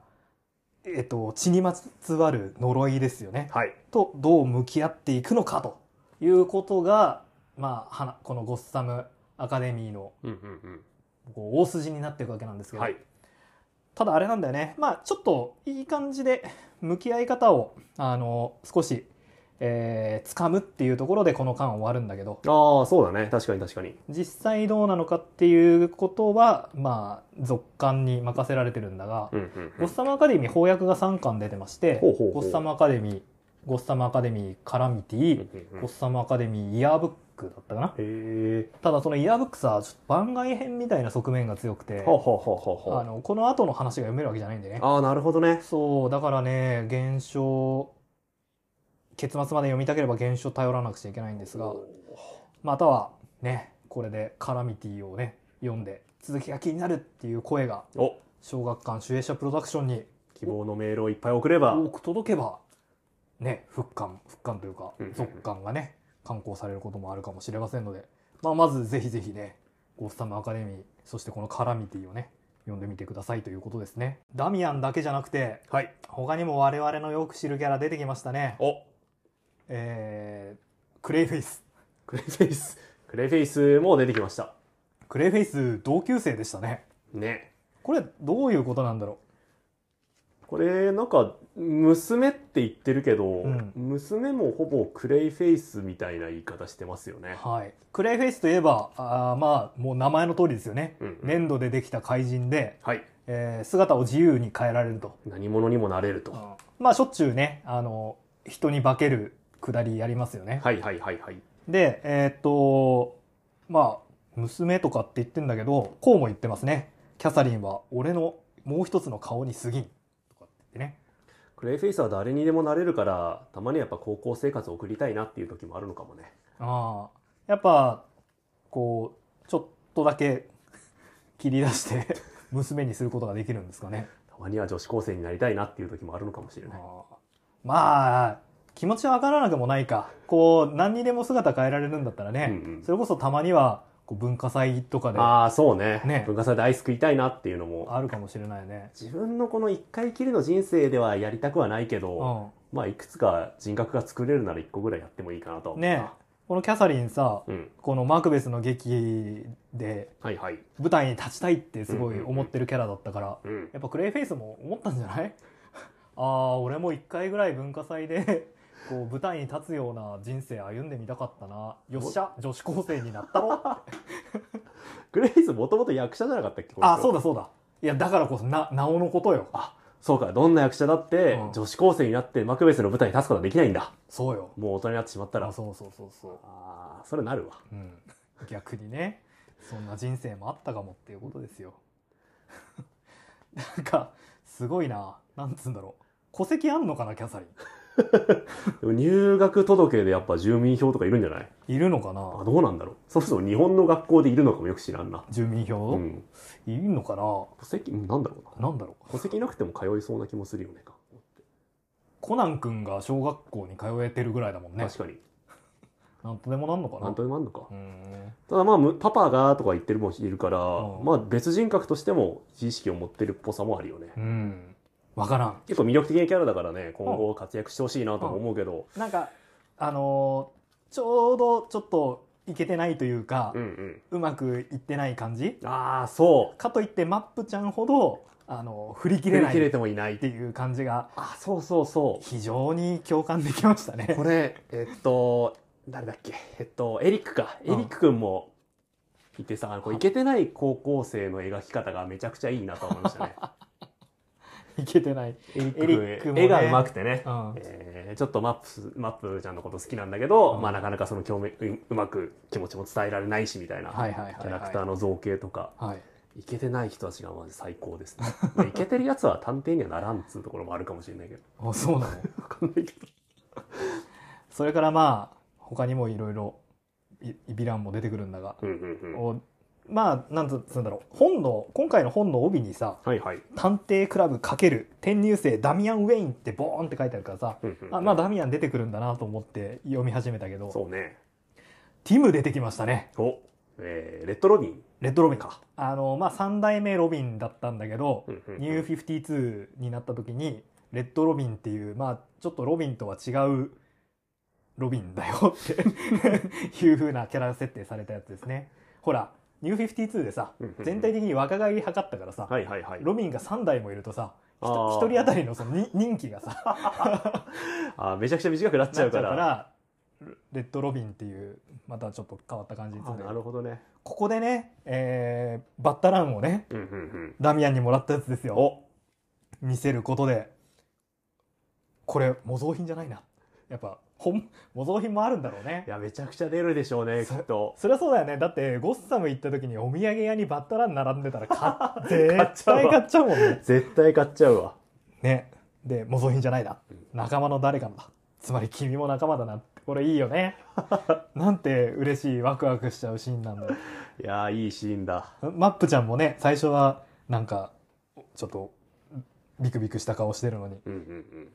S1: えっと、血にまつわる呪いですよね。
S2: はい
S1: と、どう向き合っていくのかということが、まあ、はなこのゴッサムアカデミーの
S2: うんうん
S1: こう大筋になっていくわけなんです
S2: う
S1: け
S2: ん
S1: ど、
S2: はい
S1: ただあれなんだよね。まあ、ちょっといい感じで向き合い方を、あの、少し、えー、掴むっていうところでこの間終わるんだけど、
S2: ああそうだね確かに確かに
S1: 実際どうなのかっていうことは、まあ、続刊に任せられてるんだが、
S2: うんうんう
S1: ゴ
S2: ん
S1: ッサムアカデミー翻訳が3巻出てまして、
S2: ほうほうほ
S1: ゴ
S2: う
S1: ッサムアカデミー、ゴッサムアカデミーカラミティ、
S2: うんうん
S1: ゴ
S2: うん
S1: ッサムアカデミーイヤーブックだったかな。
S2: へえ
S1: ただそのイヤーブックさ、ちょっと番外編みたいな側面が強くて、
S2: はあはあはあはあ
S1: あのこの後の話が読めるわけじゃないんでね。
S2: ああ、なるほどね。
S1: そう、だからね、現象、結末まで読みたければ現象頼らなくちゃいけないんですが、またはね、これでカラミティをね、読んで、続きが気になるっていう声が、
S2: お、
S1: 小学館主演者プロダクションに
S2: 希望のメールをいっぱい送れば。
S1: 多く届けばね復刊復刊というか
S2: うんうんうん
S1: 続刊がね刊行されることもあるかもしれませんので、まあ、まずぜひぜひね「ゴッサムアカデミー」そしてこの「カラミティ」をね読んでみてくださいということですねダミアンだけじゃなくて
S2: はい。
S1: 他にも我々のよく知るキャラ出てきましたね
S2: お、
S1: えー、クレイフェイス
S2: クレイフェイス。クレイフェイスも出てきました。
S1: クレイフェイス同級生でしたね
S2: ね。
S1: これどういうことなんだろ
S2: これ、なんか、娘って言ってるけど、
S1: ん
S2: 娘もほぼクレイフェイスみたいな言い方してますよ
S1: う
S2: ね。
S1: はいクレイフェイスといえばあーまあもう名前の通りですよね、
S2: うんうん
S1: 粘土でできた怪人で
S2: はい。
S1: えー姿を自由に変えられると、
S2: 何者にもなれると。
S1: まあしょっちゅうねあの人に化けるくだりやりますよね、
S2: はいはいはいはい。
S1: でえーっとまあ娘とかって言ってんだけどこうも言ってますねキャサリンは俺のもう一つの顔に過ぎんとかって言ってね
S2: クレイフェイスは誰にでもなれるから、たまにやっぱ高校生活を送りたいなっていう時もあるのかもね。
S1: ああやっぱこうちょっとだけ切り出して娘にすることができるんですかね
S2: たまには女子高生になりたいなっていう時もあるのかもしれ
S1: あ
S2: ない。
S1: ーまあ気持ちはわからなくもないかこう何にでも姿変えられるんだったらね、
S2: うんうん
S1: それこそたまにはこう文化祭とかであ
S2: ああ、そうね。
S1: ね
S2: 文化祭でアイス食いたいなっていうのも
S1: るかもしれないね。
S2: 自分のこの一回きりの人生ではやりたくはないけ
S1: う
S2: ど、
S1: ん、
S2: まあいくつか人格が作れるなら一個ぐらいやってもいいかなと。
S1: ねえこのキャサリンさ
S2: うん。
S1: このマクベスの劇で
S2: はいはい。
S1: 舞台に立ちたいってすごい思ってるキャラだったから、
S2: うん。
S1: やっぱクレイフェイスも思ったんじゃない <laughs> あああ俺も1回ぐらい文化祭で <laughs> こう舞台に立つような人生歩んでみたかったなよっしゃ女子高生になったろ
S2: グレイズもともと役者じゃなかったっけ
S1: あそう
S2: だ
S1: だそうだいやだからこそななおのことよ
S2: そうかどんな役者だって、
S1: うん
S2: 女子高生になってマクベスの舞台に立つことはできないんだ
S1: そうよ
S2: もう大人になってしまったら
S1: あそうそうそうそう
S2: ああそれなるわ
S1: うん、逆にねそんな人生もあったかもっていうことですよ <laughs> なんかすごいななんつうんだろう戸籍あんのかなキャサリ
S2: でも入学届でやっぱ住民票とかいるんじゃない
S1: ンいるのか
S2: あ
S1: な
S2: どうなんだろうそもそも日本の学校でいるのかもよく知らんな
S1: 住民
S2: う
S1: 票、
S2: ん
S1: いるのかな
S2: 戸籍うんなんだろうな
S1: なんだろう
S2: 戸籍なくても通いそうな気もするよねか
S1: コナン君が小学校に通えてるぐらいだもんね
S2: 確かに
S1: なんとでもなんのかな
S2: 何とでもあんのか
S1: うーん
S2: ただまあむパパがとか言ってるもんいるから、
S1: うん
S2: まあ別人格としても知識を持ってるっぽさもあるよね、
S1: うんわからん
S2: 結構魅力的なキャラだからね今後活躍してほしいなとも思うけど、
S1: なんかあのーちょうどちょっといけてないというか、
S2: うんうん
S1: うまくいってない感じ
S2: ああそう
S1: かといってマップちゃんほどあの振り切
S2: 切
S1: れ
S2: れ
S1: ない
S2: 切れ
S1: って
S2: もいない
S1: ていう感じが
S2: あそうそうそ
S1: 非常に共感できました
S2: う
S1: ね
S2: <laughs> こ。れえっと誰だっけえっとエリックか
S1: うん
S2: エリック君もいてさあのこう
S1: はい
S2: いけてない高校生の描き方がめちゃくちゃいいなと思いまし
S1: <laughs>
S2: たね
S1: いけてない。
S2: エリッ
S1: エリック
S2: 君
S1: もね
S2: 絵が上手くてね
S1: うん。
S2: えーちょっとマップスマップちゃんのこと好きなんだけど、
S1: うん
S2: まあ、なかなかその共鳴ううまく気持ちも伝えられないしみたいな、
S1: はいはいはいはい
S2: キャラクターの造形とか
S1: はい。
S2: いけてない人たちがまず最
S1: <laughs>
S2: 高ですねまあいけてるやつは探偵にはならんっつうところもあるかもしれないけど
S1: あ、そうなの。
S2: わかんないけど
S1: それからまあ他にもいろいろいヴィランも出てくるんだが、
S2: うんうんうん
S1: おまあなんつうんだろう。本の今回の本の帯にさ、
S2: はいはい、
S1: 探偵クラブ×転入生ダミアンウェインってボーンって書いてあるからさ、
S2: うんうんうん
S1: あまあダミアン出てくるんだなと思って読み始めたけど、
S2: そうね
S1: ティム出てきましたね。
S2: お、えーレッドロビン
S1: レッドロビンか。
S2: か、
S1: あのまあ3代目ロビンだったんだけど、
S2: うんうんうん
S1: ニュー52になった時にレッドロビンっていうまあちょっとロビンとは違うロビンだよって
S2: <laughs>
S1: いう風なキャラ設定されたやつですねほらニュー52でさ
S2: うんうんうん
S1: 全体的に若返り測ったからさ、
S2: はいはいはい
S1: ロビンが3代もいるとさひ
S2: あー
S1: と一人当たりのそのに任期が
S2: <laughs>
S1: さ
S2: あーめちゃくちゃ短くなっちゃうから
S1: レッドロビンっていうまたちょっと変わった感じにす
S2: あ
S1: るんだ
S2: な
S1: けど
S2: るほどね
S1: ここでね、えーバッタランをね
S2: うんうんうん
S1: ダミアンにもらったやつですよ
S2: お
S1: 見せることでこれ模造品じゃないなやっぱ本模造品もあるんだろうね
S2: いやめちゃくちゃ出るでしょうねきっと
S1: そりゃそうだよねだってゴッサム行った時にお土産屋にバッタラン並んでた <laughs> ら買っ
S2: 買っ
S1: 絶
S2: ちゃうわ
S1: 対買っちゃうもんね
S2: 絶対買っちゃうわ
S1: ねで模造品じゃないな仲間の誰かだつまり君も仲間だなってこれいいよ <laughs> ねなんて嬉しいワクワクしちゃうシーンなんだよ
S2: いやーいいシーンだ
S1: マップちゃんもね最初はなんかちょっとビクビクした顔してるのに
S2: うんうんうん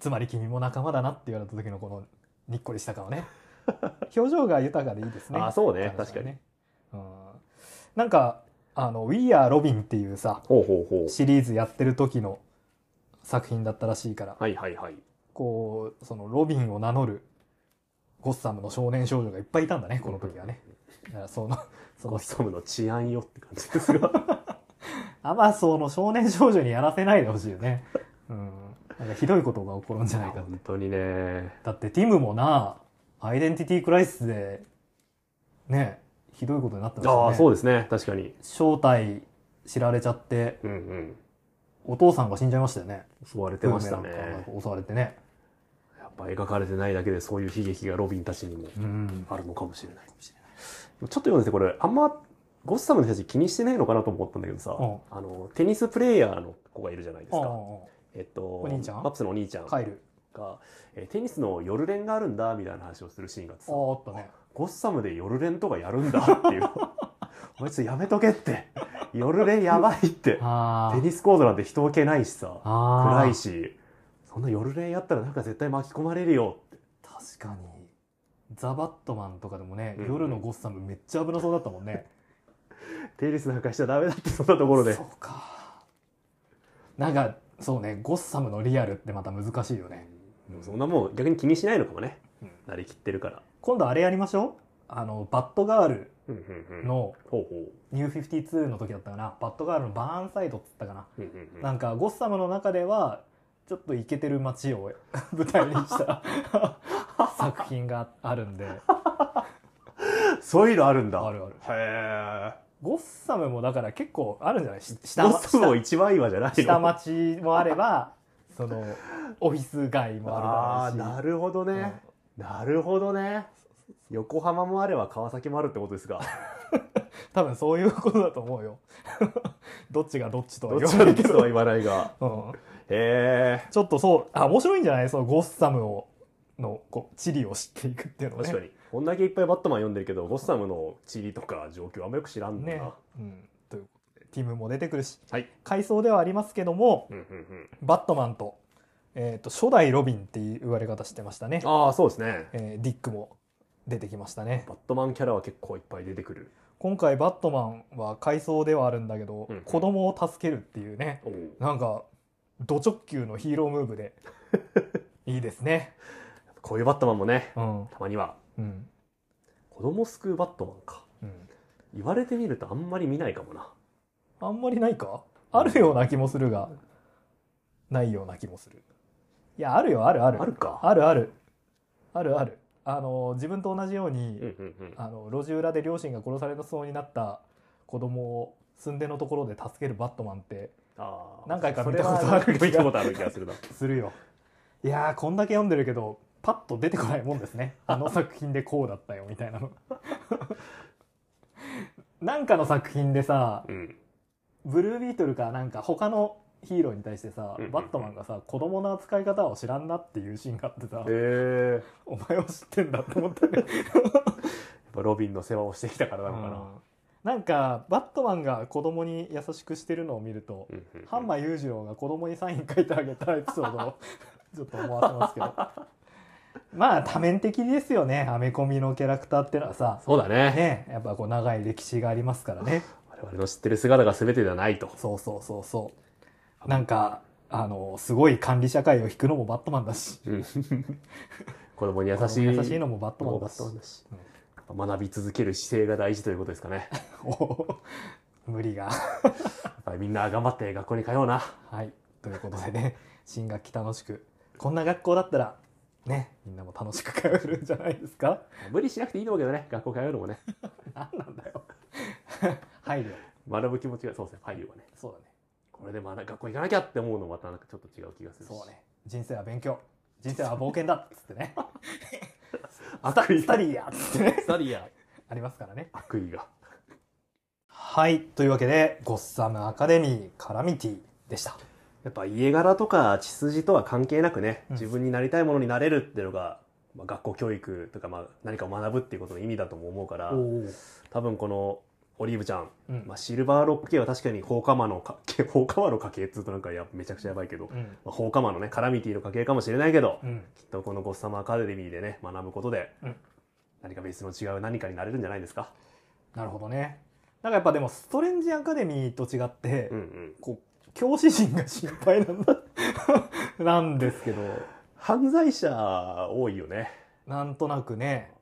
S1: つまり君も仲間だなって言われた時のこのにっこりした顔
S2: <laughs>
S1: ね表情が豊かでいいですね
S2: あそうね
S1: 彼女はうんなんかあの「We Are Robin」っていうさ
S2: ほうほうほう
S1: シリーズやってる時の作品だったらしいから
S2: はいはいはい
S1: こうそのロビンを名乗るゴッサムの少年少女がいっぱいいたんだねこの時はねだからそのそ
S2: ゴ
S1: の
S2: ッサムの治安よって感じです <laughs> が
S1: アマソーの少年少女にやらせないでほしいよねうんなんかひどいことが起こるんじゃないかって
S2: 本当にね
S1: だってティムもなアイデンティティクライシスでねひどいことになってましたよ
S2: あ
S1: ね
S2: あそうですね確かに
S1: 正体知られちゃって
S2: うんうん
S1: お父さんが死んじゃいましたよね
S2: 襲われてました
S1: ブーメラン
S2: ね
S1: か襲われてね
S2: やっぱ描かれてないだけでそういう悲劇がロビンたちにも
S1: うん
S2: あるのかもしれないちょっと読んでてこれあんまゴッサムの人たち気にしてないのかなと思ったんだけどさ、
S1: うん
S2: あのテニスプレーヤーの子がいるじゃないです
S1: ああ
S2: か、えっと、お
S1: 兄ちゃん
S2: マップスのお兄ちゃん
S1: カ
S2: が
S1: イル
S2: えテニスの夜練があるんだみたいな話をするシーンがあって
S1: あ
S2: さ
S1: ああったね
S2: ゴッサムで夜練とかやるんだっていう <laughs> おいつやめとけって夜練やばいって
S1: あ
S2: テニスコートなんて人置けないしさ
S1: あ
S2: 暗いしそんな夜練やったらなんか絶対巻き込まれるよって
S1: 確かにザ・バットマンとかでもね、
S2: うん
S1: 夜のゴッサムめっちゃ危なそうだったもんね
S2: テニスなんかしちゃダメだってそんなところで
S1: そうかなんかそうねゴッサムのリアルってまた難しいよね、
S2: でもそんなもん逆に気にしないのかもね
S1: うん
S2: なりきってるから、
S1: 今度あれやりましょうあのバットガール
S2: うんうんうん、
S1: の
S2: ほうほ
S1: ニュー52の時だったかなバッドガールのバーンサイドっつったかな、
S2: う、うんうんうん
S1: なんかゴッサムの中ではちょっとイケてる街を <laughs> 舞台にした <laughs> 作品があるんであ
S2: <laughs> そういうのあるんだ。
S1: るある
S2: へ
S1: ゴッサムもだから結構あるんじゃないし
S2: え。
S1: 下
S2: ゴ
S1: ま
S2: ッサムも一番岩じゃないの
S1: 下下町もあればそのオフィス街もあ
S2: ああー、
S1: るだろ
S2: な
S1: うし
S2: るほど
S1: うん
S2: ね。なるほどね。横浜もあれば川崎もあるってことですが。
S1: 多分そういうことだと思うよ <laughs> どっちがどっちとは
S2: どっ
S1: 言
S2: ち
S1: わ
S2: も
S1: ないけ
S2: 実
S1: ど、
S2: は言わないが。
S1: うん、
S2: へえ。
S1: ちょっとそうあ面白いんじゃないそのゴッサムをのこう地理を知っていくっていうのはね
S2: 確かに。こんだけいっぱいバットマン読んでるけど、ゴッサムの地理とか状況あんまよく知らんのな。
S1: ね、うん、ということでティムも出てくるし
S2: はい。
S1: 回想ではありますけども
S2: うんうんうん。
S1: バットマンと,、えー、と初代ロビンっていう言われ方してましたね、
S2: ああ、そうですね。
S1: えーディックも出てきましたね
S2: バットマンキャラは結構いっぱい出てくる。
S1: 今回バットマンは回想ではあるんだけど、
S2: うん
S1: 子供を助けるっていうね
S2: おお。
S1: なんかド直球のヒーロームーブでいいですね
S2: こういうバットマンもね、
S1: うんうん
S2: たまには。
S1: うん
S2: 子供救うバットマンか。言われてみるとあんまり見ないかもな。
S1: あんまりないかあるような気もするがないような気もするいやあるよあるある
S2: あるか。
S1: あるあるあるあるあの自分と同じように、
S2: うんうんうん。
S1: あの路地裏で両親が殺されそうになった子供を寸出のところで助けるバットマンって
S2: あー
S1: 何回か見たことある
S2: それは見たことある気がするな。
S1: するよいやーこんだけ読んでるけどパッと出てこないもんですねあの作品でこうだったよみたい <laughs> なのなんかの作品でさ
S2: <laughs> うん。
S1: ブルービートルかなんか他のヒーローに対してさ、
S2: うんうんうん
S1: バットマンがさ子供の扱い方を知らんなっていうシーンがあってさ
S2: へえやっ
S1: お前を知ってんだと思ったね
S2: <laughs> ぱロビンの世話をしてきたからなのかな。
S1: うんなんかバットマンが子供に優しくしてるのを見ると、
S2: うんうんうん
S1: ハンマー裕次郎が子供にサイン書いてあげたエピソー
S2: <laughs>
S1: ドをちょっと思わせますけどまあ多面的ですよねアメコミのキャラクターってのはさ
S2: そうだね。
S1: ねやっぱこう長い歴史がありますからね
S2: 我々の知ってる姿が全てではないと。
S1: そうそうそうそうなんかあのすごい管理社会を引くのもバットマンだし
S2: うん <laughs> 子供に優しい。
S1: 優しいのもバットマンだし
S2: だし。やっぱ学び続ける姿勢が大事ということですかね。
S1: お <laughs> 無理が
S2: やっぱりみんな頑張って学校に通うな。
S1: はい、ということでね、新学期楽しく、こんな学校だったら、ね、みんなも楽しく通えるんじゃないですか
S2: 無理しなくていいと思うけどね。学校通うのもね。
S1: 何なんだよ。配慮。
S2: 学ぶ気持ちが、そうですね。配慮はね。
S1: そうだね。
S2: これでまだ学校行かなきゃって思うのまたなんかちょっと違う気がするし。
S1: そうね。人生は勉強。人生は冒険だっつってね。
S2: <laughs> 悪意
S1: スタディやっつってね。
S2: スタディや。
S1: ありますからね。
S2: 悪意が。
S1: はい、というわけで、ゴッサムアカデミー、カラミティでした。
S2: やっぱ家柄とか血筋とは関係なくね、
S1: うん
S2: 自分になりたいものになれるっていうのが、まあ、学校教育とか、まあ、何かを学ぶっていうことの意味だとも思うから、
S1: お。
S2: 多分このオリーブちゃん、
S1: うん
S2: まあ、。シルバーロック系は確かに放火魔のか <laughs> 放火魔の家系っつうとなんかやめちゃくちゃやばいけど、
S1: うん。
S2: まあ、放火魔のねカラミティの家系かもしれないけど、
S1: うん。
S2: きっとこのゴッサムアカデミーでね学ぶことで、
S1: うん
S2: 何か別の違う何かになれるんじゃないですか。
S1: なるほどね。なんかやっぱでも、ストレンジアカデミーと違って、
S2: うんうん
S1: こう教師陣が心配なんだなんですけど
S2: 犯罪者多いよね。
S1: なんとなくね、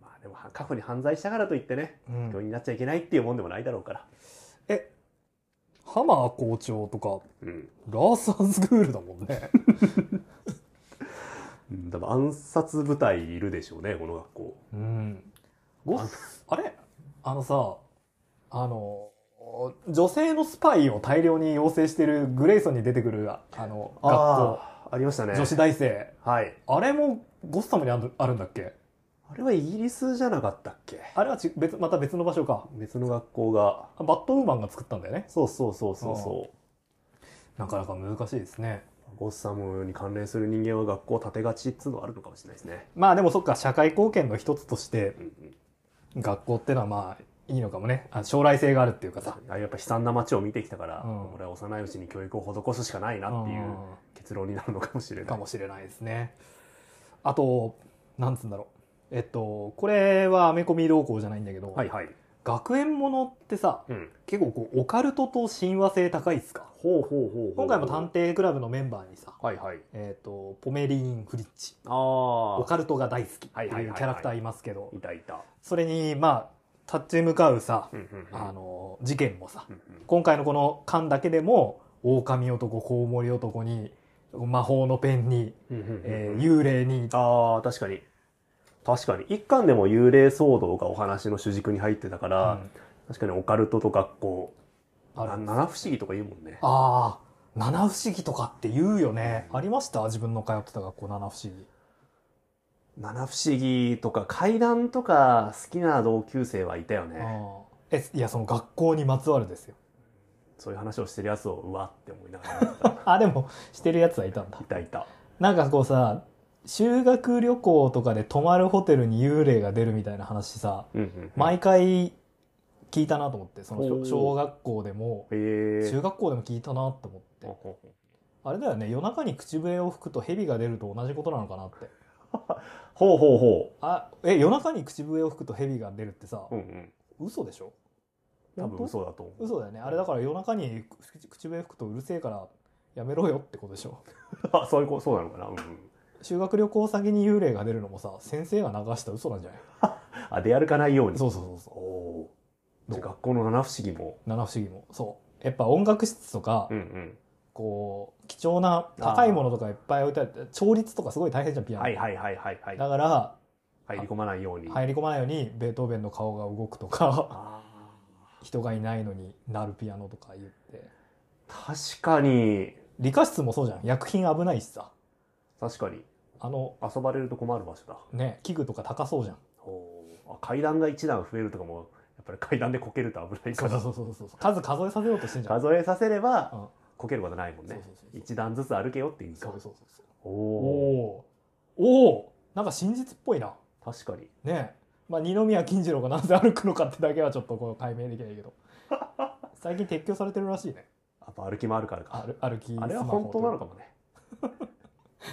S2: まあでも過去に犯罪したからといってね、
S1: う
S2: 教員
S1: ん、
S2: になっちゃいけないっていうもんでもないだろうから。
S1: えハマー校長とか
S2: うん。
S1: ラーサンスクールだもんね
S2: 多分暗殺部隊いるでしょうね、この学校。
S1: うん
S2: あ
S1: ごあれあのさあの女性のスパイを大量に養成してるグレイソンに出てくるああの学
S2: ああ、ありましたね。
S1: 校女子大生
S2: はい。
S1: あれもゴッサムにあるあるんだっけ
S2: あれはイギリスじゃなかったっけ
S1: あれはち別また別の場所か
S2: 別の学校が。
S1: あバットウーマンが作ったんだよね
S2: そうそうそうそうそう。
S1: なかなか難しいですね
S2: ゴッサムに関連する人間は学校を立てがちっつうのはあるのかもしれないですね。
S1: まあでもそっか社会貢献の一つとして
S2: うんうん。
S1: 学校ってのはまあいいのかもねあ将来性があるっていうかさ
S2: ああいうやっぱ悲惨な街を見てきたから、
S1: うん
S2: 俺は幼いうちに教育を施すしかないなっていう結論になるのかもしれ
S1: うん
S2: な
S1: か
S2: い。
S1: もしれないですねあとなんつうんだろうえっとこれはアメコミ動向じゃないんだけど、
S2: はいはい。
S1: 学園ものってさ
S2: うん。
S1: 結構こうオカルトと親和性高いっすか
S2: ほうほうほうほう。
S1: 今回も探偵クラブのメンバーにさ、
S2: はいはい。
S1: えっとポメリーン・フリッチ
S2: ああ。
S1: オカルトが大好きって
S2: はいいはいはいは
S1: う
S2: い
S1: キャラクターいますけど
S2: いたいた。
S1: それにまあ立ち向かうさ、
S2: うんうんうん
S1: あの事件もさ
S2: うんうん
S1: 今回のこの巻だけでも狼男コウモリ男に魔法のペンに、
S2: うんうんうん
S1: えー幽霊に
S2: ああ、確かに。確かに。一巻でも幽霊騒動がお話の主軸に入ってたから、
S1: うん
S2: 確かにオカルトと学校、
S1: ある
S2: な七不思議とか言うもんね。
S1: ああ、七不思議とかって言うよね。ありました自分の通ってた学校七不思議。
S2: 七不思議とか怪談とか好きな同級生はいたよね。
S1: ああえ、いや、その学校にまつわるですよ。
S2: そういう話をしてるやつをうわって思いながら見てた
S1: あ、でも、してるやつはいたんだ
S2: い。たいた。
S1: なんかこうさ、修学旅行とかで泊まるホテルに幽霊が出るみたいな話さ、
S2: <laughs> うんうん
S1: 毎回聞いたなと思って、その
S2: お
S1: 小
S2: ー
S1: 小学校でも、
S2: へ
S1: 中
S2: え。
S1: 学校でも聞いたなと思って。あれだよね、夜中に口笛を吹くと蛇が出ると同じことなのかなって。
S2: ほうほうほ
S1: あ、え、夜中に口笛を吹くと蛇が出るってさ
S2: う。う、んうん。
S1: 嘘でしょ
S2: 多分
S1: 本当
S2: 嘘だと思う。 <laughs>
S1: 嘘だよねあれだから夜中に口口笛吹くとうるせえからやめろよってことでしょ
S2: あ、そういうこそうなのかな。うんうん。
S1: 修学旅行先に幽霊が出るのもさ先生が流した嘘なんじゃない
S2: あ、出歩かないように。
S1: そうそうそうそ
S2: おおー。
S1: ど
S2: じ
S1: う
S2: ゃあ学校の七不思議も。
S1: う七不思議もそうやっぱ音楽室とか、
S2: うんうん。
S1: こう貴重な高いものとかいっぱい置いてあって調律とかすごい大変じゃんピアノ、
S2: はいはいはいはいはい。
S1: だから
S2: 入り込まないように。
S1: 入り込まないようにベートーベンの顔が動くとか <laughs>
S2: あ
S1: 人がいないのになるピアノとか言って
S2: ー確かに、
S1: 理科室もそうじゃん薬品危ないしさ
S2: 確かに。
S1: あの
S2: 遊ばれると困る場所だ。
S1: ね器具とか高そうじゃん
S2: あ階段が一段増えるとかも、やっぱり階段でこけると危ない
S1: そ
S2: か
S1: うそ
S2: ら
S1: う。そうそうそう数数えさせようとしてんじゃん
S2: 数えさせれば、
S1: うん
S2: こけることないもん
S1: そう
S2: ね
S1: そうそう。そう
S2: 一段ずつ歩けよっていう
S1: そ
S2: か
S1: う。そうそうそう
S2: おお
S1: おーおーなんか真実っぽいな
S2: ー。確かに。
S1: ねえ、まあ、二宮金次郎がなぜ歩くのかってだけはちょっとこう解明できないけど最近撤去されてるらしいね
S2: やっぱ歩き回るからか。
S1: 歩歩きスマホ
S2: あれは本当なのかも
S1: <laughs>
S2: ね。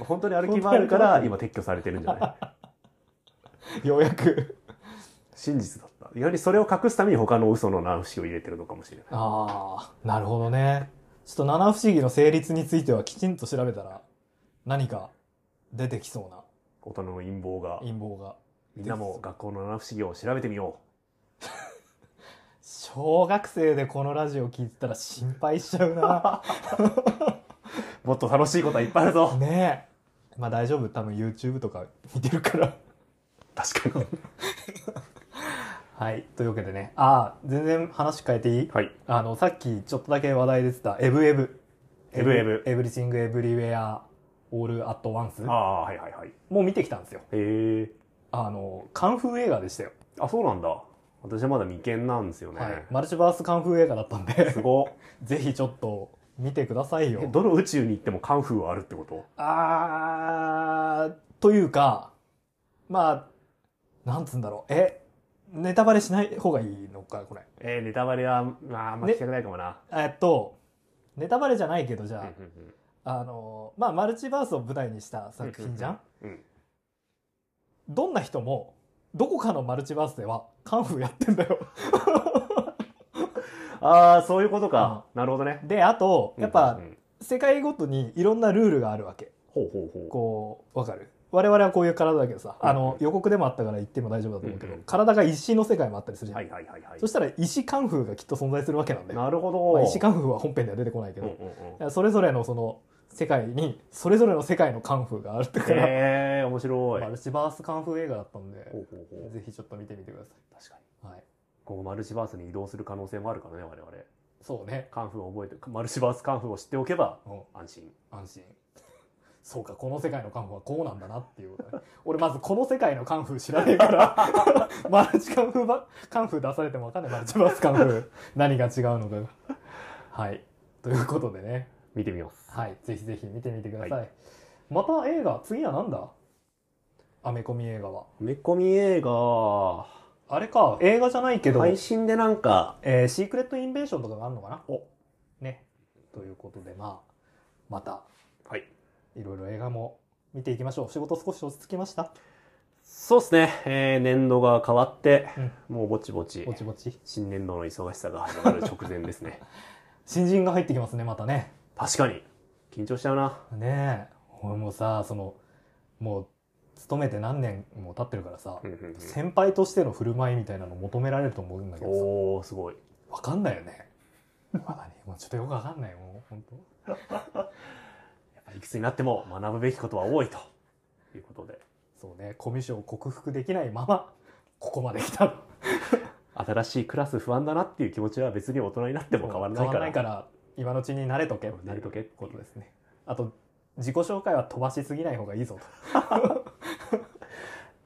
S2: 本当に歩
S1: 本当に歩き
S2: き回るか
S1: 回る
S2: ら、今撤去されてるんじゃない
S1: ようやく
S2: 真実だった。よりそれを隠すために他の嘘の七不思議を入れてるのかもしれない。
S1: ああなるほどねちょっと七不思議の成立についてはきちんと調べたら何か出てきそうな
S2: 大人の陰謀が。
S1: 陰謀が
S2: みんなも学校の七不思議を調べてみよう。
S1: 小学生でこのラジオ聞いてたら心配しちゃう
S2: <laughs>
S1: な
S2: もっと楽しいことはいっぱいあるぞ。
S1: ねえまあ大丈夫多分 YouTube とか見てる
S2: <laughs>
S1: から
S2: <laughs> 確かに。
S1: はい。というわけでね。ああ、全然話変えていい
S2: はい。
S1: あの、さっきちょっとだけ話題出てた、エブエブ。
S2: エブエブ
S1: エブリシング・エブリウェア・オール・アット・ワンス。
S2: ああ、はいはいはい。へ
S1: もう見てきたんですよ。
S2: え。
S1: あの、カンフー映画でしたよ。
S2: あ、そうなんだ。私はまだ未見なんですよね。
S1: はい。マルチバースカンフー映画だったんで、
S2: <laughs> すごっ。
S1: ぜひちょっと見てください
S2: え、
S1: よ。
S2: どの宇宙に行ってもカンフーはあるってこと
S1: あー、というか、まあ、なんつうんだろう。え、ネタバレしない方がいいのか、これ。
S2: えー、ネタバレは、まあ、あんま
S1: ね
S2: したくないかもな。
S1: えっと、ネタバレじゃないけど、じ
S2: う
S1: ゃ
S2: ん
S1: あ、
S2: うん
S1: あのまあマルチバースを舞台にした作品じゃん
S2: うんうん。
S1: どんな人もどこかのマルチバースではカンフーやってんだよ
S2: ああ、そういうことか。なるほどね。
S1: であとやっ
S2: う
S1: ぱ
S2: んうんうん
S1: 世界ごとにいろんなルールがあるわけ
S2: ほうほうほ
S1: こうわかる我々はこういう体だけどさ
S2: うん
S1: あの予告でもあったから言っても大丈夫だと思うけど
S2: うんうん
S1: 体が石の世界もあったりするじ
S2: う。
S1: ゃ
S2: はい
S1: ん
S2: はいはいはい
S1: そ。したら石カンフーがきっと存在するわけなんだよ
S2: なるほ
S1: まあ
S2: ど。
S1: 石カンフーは本編では出てこないけ
S2: うんう
S1: ど
S2: んうん。
S1: それぞれのその世界にそれぞれの世界のカンフーがあるってから
S2: へえ、面白い。
S1: マルチバースカンフー映画だったんで
S2: ほうほうほう。
S1: ぜひちょっと見てみてくださ
S2: 確かに。
S1: い。はい。
S2: こうマルチバースに移動する可能性もあるからね、我々。
S1: そうね。
S2: カンフーを覚えて、マルチバースカンフーを知っておけば
S1: うん、
S2: 安心。
S1: 安心。 <laughs> そうか、この世界のカンフーはこうなんだなっていう。俺まずこの世界のカンフー知らねえから、 <laughs> マルチカンフーば、カンフー出されてもわかんない、マルチバースカンフー。 <laughs> 何が違うのか。はい。ということでね。
S2: 見てみます。
S1: はい。ぜひぜひ見てみてください。
S2: は
S1: また映画、次はなんだアメコミ映画は。
S2: 埋め込み映画、
S1: あれか、映画じゃないけど、
S2: 配信でなんか、
S1: えーシークレットインベーションとかがあるのかな
S2: お
S1: ね。ということで、まあ、また、
S2: はい。
S1: いろいろ映画も見ていきましょう。仕事少し落ち着きました。
S2: そうですね、えー年度が変わって、
S1: うん
S2: もうぼちぼち
S1: ぼ、ちぼち。
S2: 新年度の忙しさが始まる直前です <laughs> ね。
S1: 新人が入ってきますね、またね。
S2: 確かに、緊張しちゃうな。
S1: ねえ。俺もさ、その、もう、勤めて何年も経ってるからさ、
S2: うんうんうん
S1: 先輩としての振る舞いみたいなの求められると思うんだけどさ、
S2: おー、すごい。
S1: わかんないよね。まだね、もうちょっとよくわかんないよ、もう、ほんと。
S2: やっぱいくつになっても学ぶべきことは多いということで
S1: そうねコミュ障を克服できないままここまで来た
S2: 新しいクラス不安だなっていう気持ちは別に大人になっても変わらないから
S1: 今のうちに慣れとけっていう
S2: 慣れとけっていう
S1: ことですねあと自己紹介は飛ばしすぎない方がいいぞ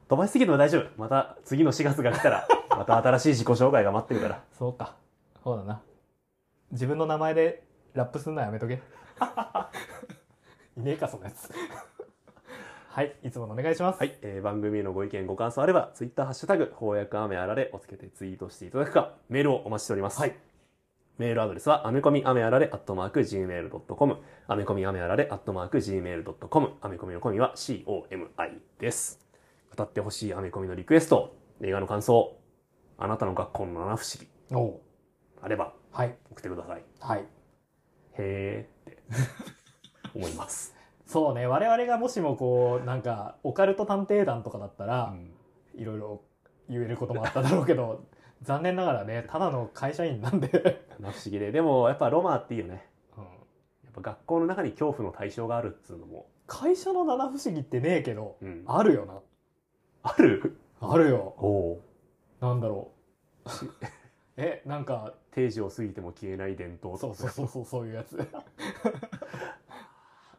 S2: 飛ばしすぎても大丈夫また次の4月が来たら <laughs> また新しい自己紹介が待ってるから
S1: とそうかそうだな自分の名前でラップすんのはやめと <laughs> けいねえかそんなやつはいいつものお願いします、
S2: はい、えー番組へのご意見ご感想あればツイッターハッシュタグ翻訳雨あられをつけてツイートしていただくかメールをお待ちしております、
S1: はい
S2: メールアドレスはアメコミアメあられアットマーク Gmail.com アメコミアメあられアットマーク Gmail.com アメコミのコミは COMI です語ってほしいアメコミのリクエスト映画の感想あなたの学校の七不思議
S1: おう
S2: あれば
S1: はい
S2: 送ってくださいへ
S1: はい
S2: えって思
S1: <laughs>
S2: います、
S1: そうね我々がもしもこうなんかオカルト探偵団とかだったら、いろいろ言えることもあっただろうけ <laughs> ど残念ながらねただの会社員なんで、
S2: 七不思議ででもやっぱロマンっていいよね
S1: うん、
S2: やっぱ学校の中に恐怖の対象があるっつうのも、
S1: 会社の七不思議ってねえけど
S2: うんあ
S1: あるよな
S2: る
S1: あるよ
S2: おお
S1: なんだろう <laughs> えなんか
S2: 定時を過ぎても消えない伝統
S1: そうそうそうそうそういうや
S2: <laughs>
S1: つ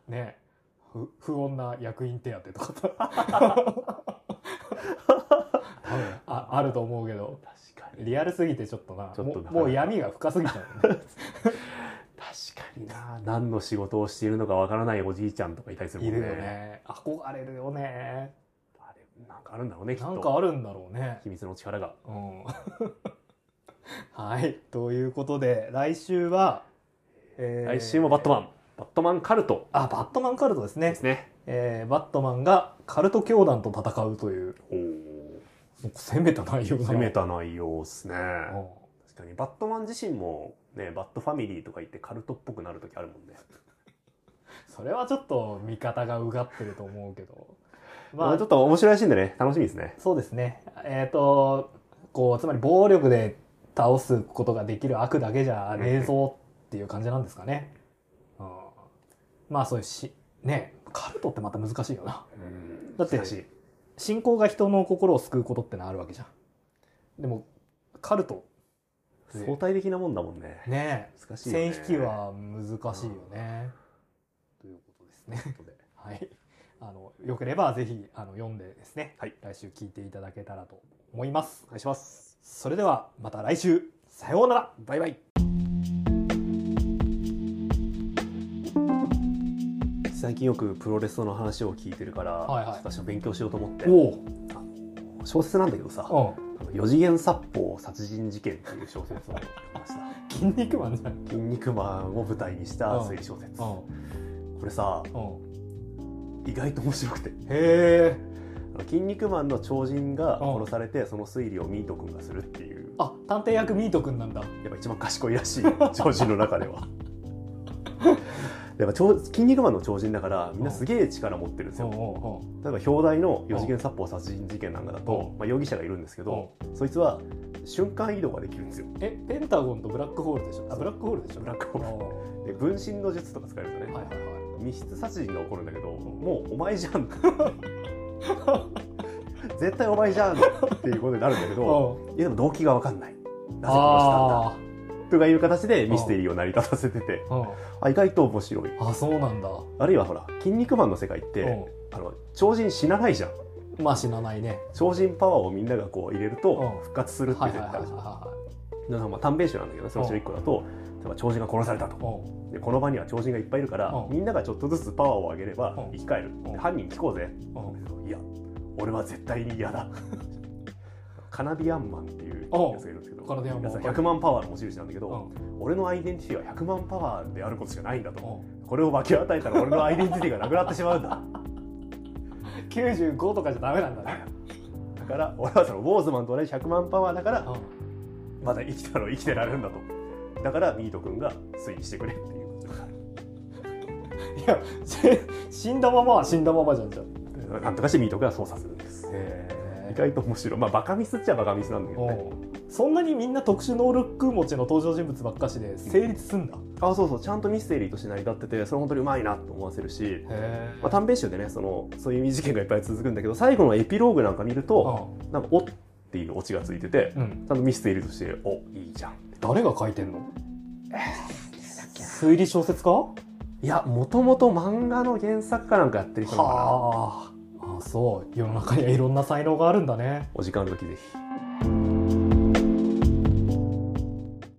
S1: ね不不穏な役員手当とか多分ああると思うけど
S2: 確かに
S1: リアルすぎてちょっとな
S2: ちょっと
S1: も
S2: なかなか
S1: もう闇が深すぎちゃう、ね、
S2: 確かにな何の仕事をしているのかわからないおじいちゃんとかいたりする
S1: い
S2: もん
S1: る
S2: ね
S1: よね憧れるよね
S2: あれなんかあるんだろうねきっ
S1: なんかあ
S2: と
S1: るんだろうね
S2: 秘密の力が
S1: うん <laughs> はいということで来週は、えー
S2: 来週もバットマンバットマンカルト
S1: あバットマンカルトですね
S2: ですね
S1: えーバットマンがカルト教団と戦うという
S2: おお
S1: なんか攻めた内容だな
S2: 攻めた内容ですね
S1: うん
S2: 確かにバットマン自身もねバットファミリーとか言ってカルトっぽくなる時あるもんね
S1: それはちょっと見方がうがってると思うけ <laughs> ど
S2: ま
S1: ま
S2: あちょ
S1: あ
S2: っと面白いらしいんでね楽しみですね
S1: そうですねえっ、とこうつまり暴力で倒すことができる悪だけじゃ冷蔵っていう感じなんですかね、うん、まあそういうしねカルトってまた難しいよなだって
S2: 難しい
S1: 信仰が人の心を救うことってのはあるわけじゃんでもカルトね
S2: 相対的なもんだもんね
S1: ねえ
S2: 難しいよね
S1: 線引きは難しいよね。ということですね。はい。あの、よければぜひ、あの、読んでですね。
S2: はい
S1: 来週聞いていただけたらと思います
S2: お。願いします
S1: それでは、また来週。さようなら。
S2: バイバイ最近よくプロレスの話を聞いてるから、
S1: はいはい
S2: 私も勉強しようと思って
S1: お
S2: 小説なんだけどさ「
S1: お。
S2: あの四次元殺法殺人事件」っていう小説を読みました
S1: <laughs> 筋肉マンじゃん。
S2: 筋肉マンを舞台にした推理小説、こ
S1: う
S2: れさ
S1: ん。うん。
S2: 意外と面白くて
S1: へえ。
S2: あの筋肉マンの超人が
S1: うん
S2: 殺されてその推理をミート君がするっていう
S1: あ、探偵役ミートくんなんだ。
S2: やっぱ一番賢いら <laughs> しい超人の中では。やっぱ超筋肉マンの超人だからみんなすげえ力持ってるんです
S1: おう
S2: よ。
S1: おう
S2: 例えば表題の四次元殺法殺人事件なんかだと、まあ、容疑者がいるんですけ
S1: おう
S2: ど、そいつは瞬間移動ができるんですよ。
S1: え、ペンタゴンとブラックホールでしょ。あ、ブラックホールでしょ。
S2: ブラックホール
S1: お
S2: で分身の術とか使えるんです
S1: う
S2: よ
S1: はい
S2: ね。
S1: はいはい。
S2: 密室殺人が起こるんだけど、もうお前じゃ <laughs> ん。絶対お前じゃんっていうことになるんだけ <laughs> ど、
S1: うん
S2: いやでも動機が分かんない。なぜ殺したんだ
S1: あ
S2: とかいう形でミステリーを成り立たせてて、
S1: あ。うん。
S2: あ意外と面白い。
S1: あ、そうなんだ。
S2: あるいはほら「筋肉マン」の世界って、
S1: う
S2: あの超人死なないじゃん
S1: ん。まあ死なないね。
S2: 超人パワーをみんながこう入れると
S1: うん
S2: 復活するって
S1: はいいうはい
S2: 設
S1: はい
S2: 定あるじゃんだ
S1: は
S2: からまあ短編集なんだけどそのうちの1個だと例えば超人が殺された
S1: い。
S2: と
S1: おう
S2: でこの場には超人がいっぱいいるから
S1: うん
S2: みんながちょっとずつパワーを上げれば
S1: うん
S2: 生き返る
S1: うん
S2: で犯人聞こうぜ
S1: おう
S2: いや俺は絶対に嫌だ <laughs> カナディアンマンっていうやつがいるんですけど
S1: カナディアンマン
S2: やつは100万パワーの持ち主なんだけ
S1: う
S2: ど
S1: ん。
S2: 俺のアイデンティティは100万パワーであることしかないんだと
S1: う
S2: これを分け与えたら俺のアイデンティティがなくなってしまうんだ
S1: ん95とかじゃダメなんだね。
S2: だから俺はそのウォーズマンと同じ100万パワーだからまだ生きたの生きてられるんだとだからミート君が推理してくれっていうことだ
S1: いや、し死んだままは死んだままじゃんじゃん。
S2: なんとかしてミート君は操作するんです
S1: へ
S2: 意外と面白いまあバカミスっちゃバカミスなんだけどね
S1: うんそんなにみんな特殊能力持ちの登場人物ばっかしで成立すんだ、
S2: あそうそうちゃんとミステリーとして成り立っててそれ本当にうまいなと思わせるし、
S1: へえ
S2: まあ、短編集でねそのそういう事件がいっぱい続くんだけど最後のエピローグなんか見るとなんか「お」っていうオチがついてて、
S1: うん、
S2: ちゃんとミステリーとして「おいいじゃん」
S1: 誰が書いてんの推理小説家
S2: いやもともと漫画の原作かなんかやってる人なのかな
S1: はああそう世の中にはいろんな才能があるんだね
S2: お時間の時ぜひ